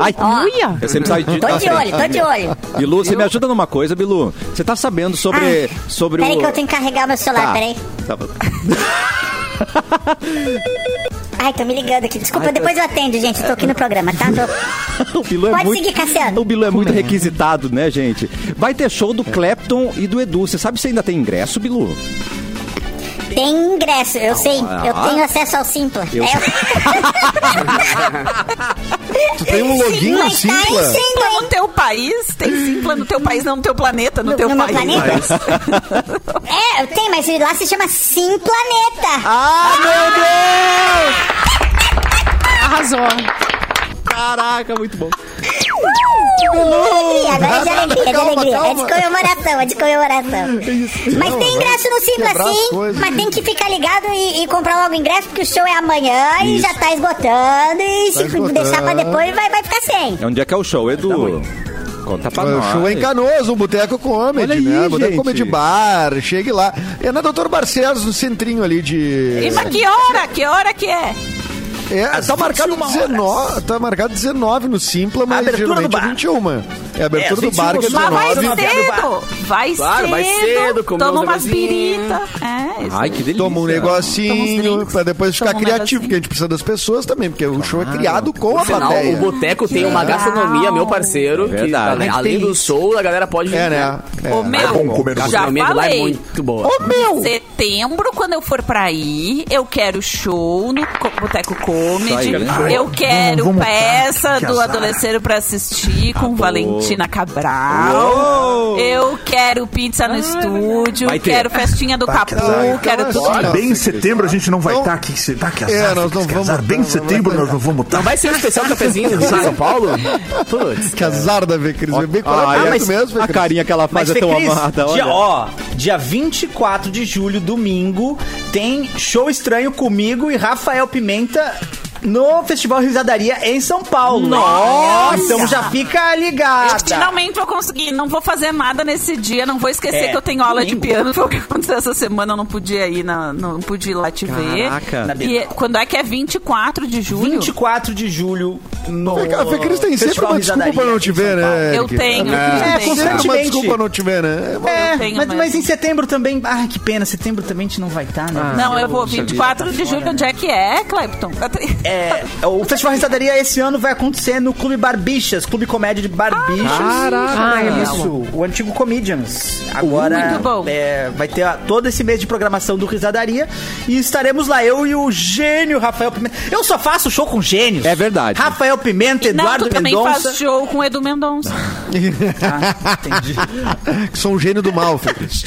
Speaker 1: Ai,
Speaker 10: Ó,
Speaker 1: eu sempre saio de,
Speaker 10: Tô
Speaker 1: na
Speaker 10: de
Speaker 1: frente.
Speaker 10: olho, tô de olho.
Speaker 1: Bilu, você me ajuda numa coisa, Bilu. Você tá sabendo sobre,
Speaker 10: Ai,
Speaker 1: sobre
Speaker 10: Peraí
Speaker 1: o...
Speaker 10: que eu tenho que carregar meu celular,
Speaker 1: Tá.
Speaker 10: peraí.
Speaker 1: Tá bom. [laughs]
Speaker 10: Ai, tô me ligando aqui. Desculpa, depois eu atendo, gente. Tô aqui no programa, tá? Tô-
Speaker 1: O Bilu é
Speaker 10: Pode
Speaker 1: muito,
Speaker 10: seguir, Cassiano.
Speaker 1: O Bilu é muito requisitado, né, gente? Vai ter show do Clapton e do Edu. Você sabe se ainda tem ingresso, Bilu?
Speaker 10: Tem ingresso, eu sei. Eu
Speaker 1: ah.
Speaker 10: tenho acesso ao Simpla. É,
Speaker 1: Eu-
Speaker 8: Tu tem um login no
Speaker 10: Mas tá em
Speaker 8: Simpla?
Speaker 5: Simpla no teu país? Tem Simpla no teu país, não no teu planeta, no,
Speaker 10: No-
Speaker 5: teu
Speaker 10: no meu
Speaker 5: país.
Speaker 10: planeta? É, eu tenho, mas lá se chama Sim Planeta.
Speaker 1: Ah,
Speaker 4: Arrasou.
Speaker 1: Caraca, muito bom.
Speaker 10: Alegria, agora é de
Speaker 8: Nada,
Speaker 10: alegria, é de
Speaker 8: calma,
Speaker 10: alegria. É
Speaker 8: calma.
Speaker 10: de comemoração, é de comemoração. Mas
Speaker 8: Não,
Speaker 10: tem ingresso no Simpla,
Speaker 8: quebrar as
Speaker 10: sim.
Speaker 8: coisas.
Speaker 10: Mas tem que ficar ligado e, e comprar logo o ingresso, porque o show é amanhã e já tá esgotando. E se
Speaker 8: Tá esgotando.
Speaker 10: deixar pra depois, vai, vai ficar sem.
Speaker 1: É onde é que é o show, Edu? Conta pra
Speaker 8: Tá O
Speaker 1: nós.
Speaker 8: show é em Canoas, um boteco comedy,
Speaker 1: Olha aí,
Speaker 8: né? Boteco
Speaker 1: gente.
Speaker 8: comedy bar, chegue lá. É na Doutor Barcelos, no centrinho ali de...
Speaker 5: E pra que hora? Que hora que é?
Speaker 8: É, tá marcado 19, tá marcado 19 no Simpla, mas
Speaker 9: Abertura do
Speaker 8: geralmente é
Speaker 9: bar.
Speaker 8: 21. É a abertura
Speaker 9: É,
Speaker 8: do bar que é
Speaker 9: 21,
Speaker 5: Mas vai
Speaker 8: 19.
Speaker 5: cedo. Vai
Speaker 9: Claro,
Speaker 5: cedo.
Speaker 9: vai cedo, comer
Speaker 5: Toma
Speaker 9: uns
Speaker 5: umas
Speaker 9: negocinhos.
Speaker 5: birita. É, isso.
Speaker 1: Ai, que delícia.
Speaker 8: Toma um
Speaker 5: Toma uns
Speaker 8: negocinho
Speaker 5: drinks,
Speaker 8: pra depois ficar
Speaker 5: toma um
Speaker 8: criativo,
Speaker 5: negocinho.
Speaker 8: porque a gente precisa das pessoas também, porque o show é criado com a
Speaker 9: Afinal,
Speaker 8: plateia.
Speaker 9: o Boteco tem uma
Speaker 5: legal.
Speaker 9: gastronomia, meu parceiro,
Speaker 1: É
Speaker 9: que
Speaker 1: verdade.
Speaker 9: além- além do show, a galera pode...
Speaker 8: É, né? É.
Speaker 5: Ô, meu,
Speaker 2: bom comer no
Speaker 5: já
Speaker 9: gastronomia de lá é
Speaker 5: falei.
Speaker 9: muito boa.
Speaker 5: Setembro, quando eu for pra aí, eu quero show no Co- Boteco Comedy.
Speaker 1: Isso aí, galera.
Speaker 5: eu quero
Speaker 2: vamos lá.
Speaker 5: peça
Speaker 2: Que
Speaker 5: do
Speaker 2: azar.
Speaker 5: Adolescente pra assistir com Valentina Cabral.
Speaker 1: Uou.
Speaker 5: Eu quero pizza no estúdio.
Speaker 1: Vai ter.
Speaker 5: Quero festinha do Capu.
Speaker 8: azar.
Speaker 5: Quero tudo.
Speaker 8: Olha,
Speaker 2: Bem em setembro a gente não vai
Speaker 8: Não.
Speaker 2: estar aqui. Se tá que azar,
Speaker 8: É, nós
Speaker 2: fica
Speaker 8: não
Speaker 2: que
Speaker 8: vamos-
Speaker 2: azar. Bem em
Speaker 8: não tá. vamos
Speaker 2: setembro nós
Speaker 8: aguentar.
Speaker 2: não vamos tá. estar.
Speaker 9: Não vai ser um especial cafezinho em São Paulo? Putz.
Speaker 8: Que azar da Vê Cris. Vem qual é
Speaker 1: Ah,
Speaker 8: o
Speaker 1: mas
Speaker 8: projeto mesmo, Vê
Speaker 1: a
Speaker 8: Cris?
Speaker 1: carinha que ela faz
Speaker 6: Mas,
Speaker 1: é
Speaker 6: Fê
Speaker 1: tão
Speaker 6: Cris,
Speaker 1: amada, olha.
Speaker 6: dia, ó, dia 24 de julho, domingo, tem show estranho comigo e Rafael Pimenta no Festival Risadaria em São Paulo. Nossa! Então já fica
Speaker 5: Eu
Speaker 6: ligada.
Speaker 5: finalmente vou conseguir. Não vou fazer nada nesse dia. Não vou esquecer
Speaker 6: É,
Speaker 5: que eu tenho aula de
Speaker 6: domingo.
Speaker 5: piano. [laughs] Foi o que aconteceu essa semana. Eu não podia ir, na, não podia ir lá te
Speaker 1: Caraca.
Speaker 5: ver. E quando é que é 24 de julho?
Speaker 6: 24 de julho no
Speaker 8: A Fê Cris tem sempre
Speaker 6: Festival
Speaker 8: uma desculpa
Speaker 6: Risadaria
Speaker 8: pra não te
Speaker 6: em São
Speaker 8: ver,
Speaker 6: Paulo.
Speaker 8: né?
Speaker 5: Eu
Speaker 8: Eric?
Speaker 5: tenho, eu
Speaker 8: É, é
Speaker 5: tenho.
Speaker 8: sempre uma
Speaker 6: Constantemente.
Speaker 8: desculpa pra não te ver, né? É,
Speaker 6: É,
Speaker 5: tenho
Speaker 6: mas,
Speaker 5: mais.
Speaker 6: mas em setembro também. Ah, que pena, setembro também a gente não vai estar, né?
Speaker 5: Não, eu vou 24 de julho. Onde é que é, Clepton?
Speaker 6: É, o Festival Risadaria esse ano vai acontecer no Clube Barbichas, Clube Comédia de Barbichas.
Speaker 1: Caraca.
Speaker 6: Ah, isso, o antigo Comedians. Agora
Speaker 5: Muito bom.
Speaker 6: é, vai ter a- todo esse mês de programação do Risadaria e estaremos lá, eu e o gênio Rafael Pimenta. Eu só faço show com gênios.
Speaker 1: É verdade.
Speaker 6: Rafael Pimenta,
Speaker 5: E
Speaker 6: Eduardo
Speaker 5: Nato também
Speaker 6: Mendonça. Tá,
Speaker 5: faz show com Edu Mendonça.
Speaker 8: que sou um gênio do mal, Fê
Speaker 5: [laughs]
Speaker 8: Cris.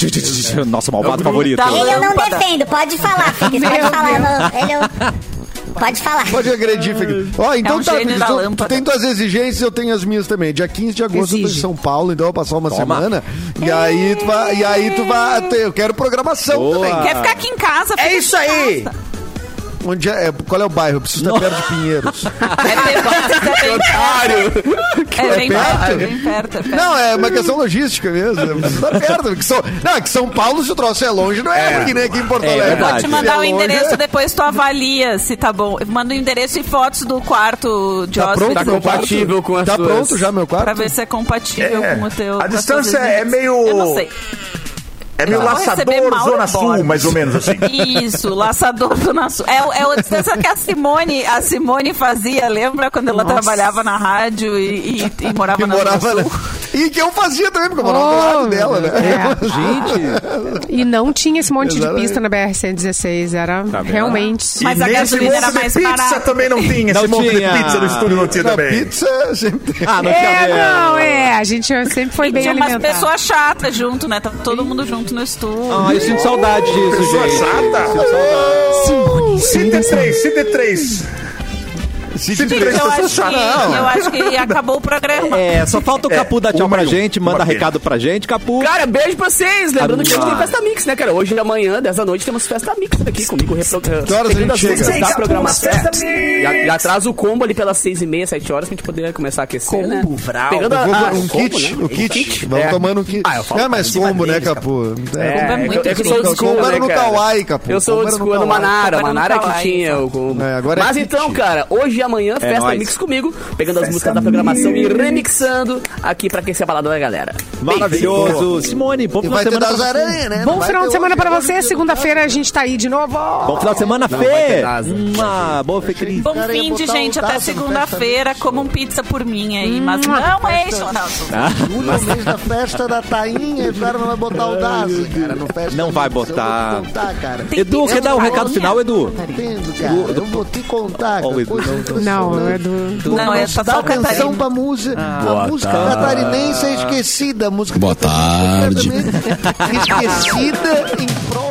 Speaker 1: Nosso malvado favorito.
Speaker 10: Ele eu não
Speaker 5: Lâmpada.
Speaker 10: defendo, pode falar, Fê
Speaker 8: [laughs]
Speaker 10: Cris, pode falar. não, ele eu- Pode falar.
Speaker 8: Pode agredir, Fê Cris. Ó, então
Speaker 5: um
Speaker 8: tá,
Speaker 5: gênio
Speaker 8: Fê Cris,
Speaker 5: da
Speaker 8: tu- tu
Speaker 5: lâmpada.
Speaker 8: tem tuas exigências, eu tenho as minhas também. Dia 15 de agosto eu tô em São Paulo, então eu vou passar uma
Speaker 1: Toma.
Speaker 8: semana. E aí tu vai, e aí tu
Speaker 5: É.
Speaker 8: vai, ter- eu quero programação
Speaker 1: Boa.
Speaker 8: também.
Speaker 5: Quer ficar aqui em casa?
Speaker 6: É
Speaker 5: fica
Speaker 6: isso
Speaker 5: aqui em
Speaker 6: aí.
Speaker 5: casa.
Speaker 8: Onde é, é- qual é o bairro? Eu preciso estar perto de Pinheiros.
Speaker 5: [laughs] É bem perto. É bem perto. É bem perto. é perto.
Speaker 8: Não, é uma questão logística mesmo. Eu preciso estar perto. porque São, não, é que São Paulo, se o troço é longe, não é, porque nem aqui em Porto Alegre.
Speaker 1: verdade.
Speaker 5: Vou te
Speaker 8: Se
Speaker 5: mandar
Speaker 8: é
Speaker 5: o
Speaker 8: longe,
Speaker 5: endereço,
Speaker 8: é-
Speaker 5: depois tu avalia se tá bom. Manda o endereço e fotos do quarto de
Speaker 8: Tá pronto
Speaker 5: hóspede.
Speaker 8: meu quarto?
Speaker 9: compatível com as
Speaker 8: Tá
Speaker 9: suas.
Speaker 8: pronto já meu quarto?
Speaker 5: Pra ver se é compatível
Speaker 2: É.
Speaker 5: com o teu.
Speaker 2: A
Speaker 5: com as
Speaker 2: distância
Speaker 5: tuas
Speaker 2: é
Speaker 5: exigências.
Speaker 2: meio-
Speaker 5: Eu não sei.
Speaker 2: É meio
Speaker 5: Eu vou receber
Speaker 2: laçador,
Speaker 5: Mauro
Speaker 2: Zona Sul,
Speaker 5: Borges.
Speaker 2: mais ou menos assim.
Speaker 5: Isso, laçador do nosso. É, o- é a distância que a Simone, a Simone fazia, lembra? Quando ela trabalhava na rádio e, e- e morava
Speaker 8: Que
Speaker 5: na
Speaker 8: morava
Speaker 5: Zona
Speaker 8: lá.
Speaker 5: Sul.
Speaker 8: E que eu fazia também, porque eu morava do lado dela, né?
Speaker 1: Gente,
Speaker 4: E não tinha esse monte de
Speaker 8: Exatamente.
Speaker 4: pista na BR-116. Era
Speaker 1: Tá
Speaker 4: realmente.
Speaker 5: Mas a
Speaker 2: nem esse
Speaker 5: gasolina era
Speaker 2: monte de
Speaker 5: mais
Speaker 2: pizza
Speaker 5: barata.
Speaker 2: também não tinha.
Speaker 1: Não
Speaker 2: Esse monte
Speaker 1: tinha.
Speaker 2: de pizza no estúdio não tinha
Speaker 8: Na
Speaker 2: também.
Speaker 8: pizza sempre tem.
Speaker 1: ah, não tinha
Speaker 4: É, não,
Speaker 1: mesmo.
Speaker 4: é. A gente sempre foi bem
Speaker 5: Tinha umas
Speaker 4: alimentado.
Speaker 5: pessoas chatas junto, né? Tava todo mundo junto no estúdio.
Speaker 1: Ah, eu sinto saudade disso,
Speaker 2: Pessoa
Speaker 1: gente.
Speaker 2: chata.
Speaker 1: Sinto saudade.
Speaker 2: Cite três, cite três.
Speaker 8: Cid
Speaker 2: Sim,
Speaker 8: Três
Speaker 5: Eu
Speaker 8: tá
Speaker 5: acho, que,
Speaker 8: sensacional.
Speaker 5: eu acho que acabou o programa.
Speaker 1: É, só falta o Capu dar tchau
Speaker 2: uma
Speaker 1: pra
Speaker 2: e um.
Speaker 1: gente,
Speaker 2: Uma
Speaker 1: manda
Speaker 2: pena.
Speaker 1: recado pra gente, Capu.
Speaker 9: Cara, beijo pra vocês. Lembrando que hoje tem festa mix, né, cara? Hoje e amanhã, 10 da noite, temos festa mix aqui comigo. Repro...
Speaker 8: Que horas a gente chega?
Speaker 9: Da
Speaker 5: Tá,
Speaker 9: programação.
Speaker 6: Festa
Speaker 9: É, Já, já traz o combo ali pelas 6 e meia, 7 horas, pra gente poder começar a aquecer, né?
Speaker 6: Vral.
Speaker 9: Pegando a,
Speaker 8: Vou-
Speaker 9: a-
Speaker 8: um
Speaker 9: combo,
Speaker 8: kit,
Speaker 9: né?
Speaker 8: o kit. Vamos
Speaker 9: É.
Speaker 8: tomando um kit.
Speaker 9: Ah, eu falo
Speaker 8: é, mas
Speaker 9: em cima
Speaker 8: combo, né,
Speaker 9: deles,
Speaker 8: Capu?
Speaker 9: É,
Speaker 8: combo.
Speaker 5: é muito
Speaker 9: eu- eu sou
Speaker 5: incrível.
Speaker 9: old school,
Speaker 8: Combo era
Speaker 9: né,
Speaker 8: no
Speaker 9: cara?
Speaker 8: Kawaii, Capu.
Speaker 9: Eu sou
Speaker 8: Combo
Speaker 9: old
Speaker 8: era no
Speaker 9: school, é no
Speaker 8: Kawaii.
Speaker 9: Manara,
Speaker 5: Combo era no
Speaker 9: Manara que
Speaker 5: Kawaai,
Speaker 9: tinha o combo.
Speaker 8: É, agora é
Speaker 9: Mas
Speaker 8: kit. É
Speaker 9: então, cara, hoje e amanhã, festa
Speaker 1: nóis.
Speaker 9: mix comigo, pegando as músicas da programação e remixando aqui pra aquecer a balada da galera.
Speaker 1: Maravilhoso. Simone, bom
Speaker 8: E
Speaker 1: final de
Speaker 8: vai ter
Speaker 1: semana. pra
Speaker 8: das
Speaker 1: você.
Speaker 8: aranhas, né?
Speaker 4: Bom
Speaker 8: Vai
Speaker 4: final
Speaker 8: ter
Speaker 4: de semana
Speaker 8: hoje,
Speaker 4: pra
Speaker 8: hoje,
Speaker 4: você.
Speaker 8: hoje.
Speaker 4: Segunda-feira a gente tá aí de novo.
Speaker 1: Bom final de semana,
Speaker 9: vai ter
Speaker 1: Fê.
Speaker 9: nada.
Speaker 1: Uma boa Fê Cris.
Speaker 5: Bom
Speaker 8: cara ia
Speaker 5: fim de
Speaker 8: botar um
Speaker 5: gente,
Speaker 8: taço
Speaker 5: até
Speaker 8: no
Speaker 5: segunda-feira. Comam pizza por mim aí, mas não encham. Não,
Speaker 1: Ah,
Speaker 8: Julho é o mês da festa da Tainha, e o cara não vai botar o Dazo, cara, no festa
Speaker 1: Não vai
Speaker 8: mix. Eu vou te
Speaker 1: botar.
Speaker 8: contar, cara.
Speaker 1: Edu, quer dar um recado final, Edu?
Speaker 8: Entendo, cara. Eu vou te contar,
Speaker 1: Ô,
Speaker 8: cara.
Speaker 1: Edu,
Speaker 8: coisa impressionante.
Speaker 4: Não, é do.
Speaker 5: não, não é só
Speaker 8: Dá
Speaker 5: só o
Speaker 8: atenção
Speaker 5: Catarina.
Speaker 8: pra música.
Speaker 1: Ah,
Speaker 8: a
Speaker 1: [laughs]
Speaker 8: música catarinense é esquecida. A música Boa tarde. Esquecida em prol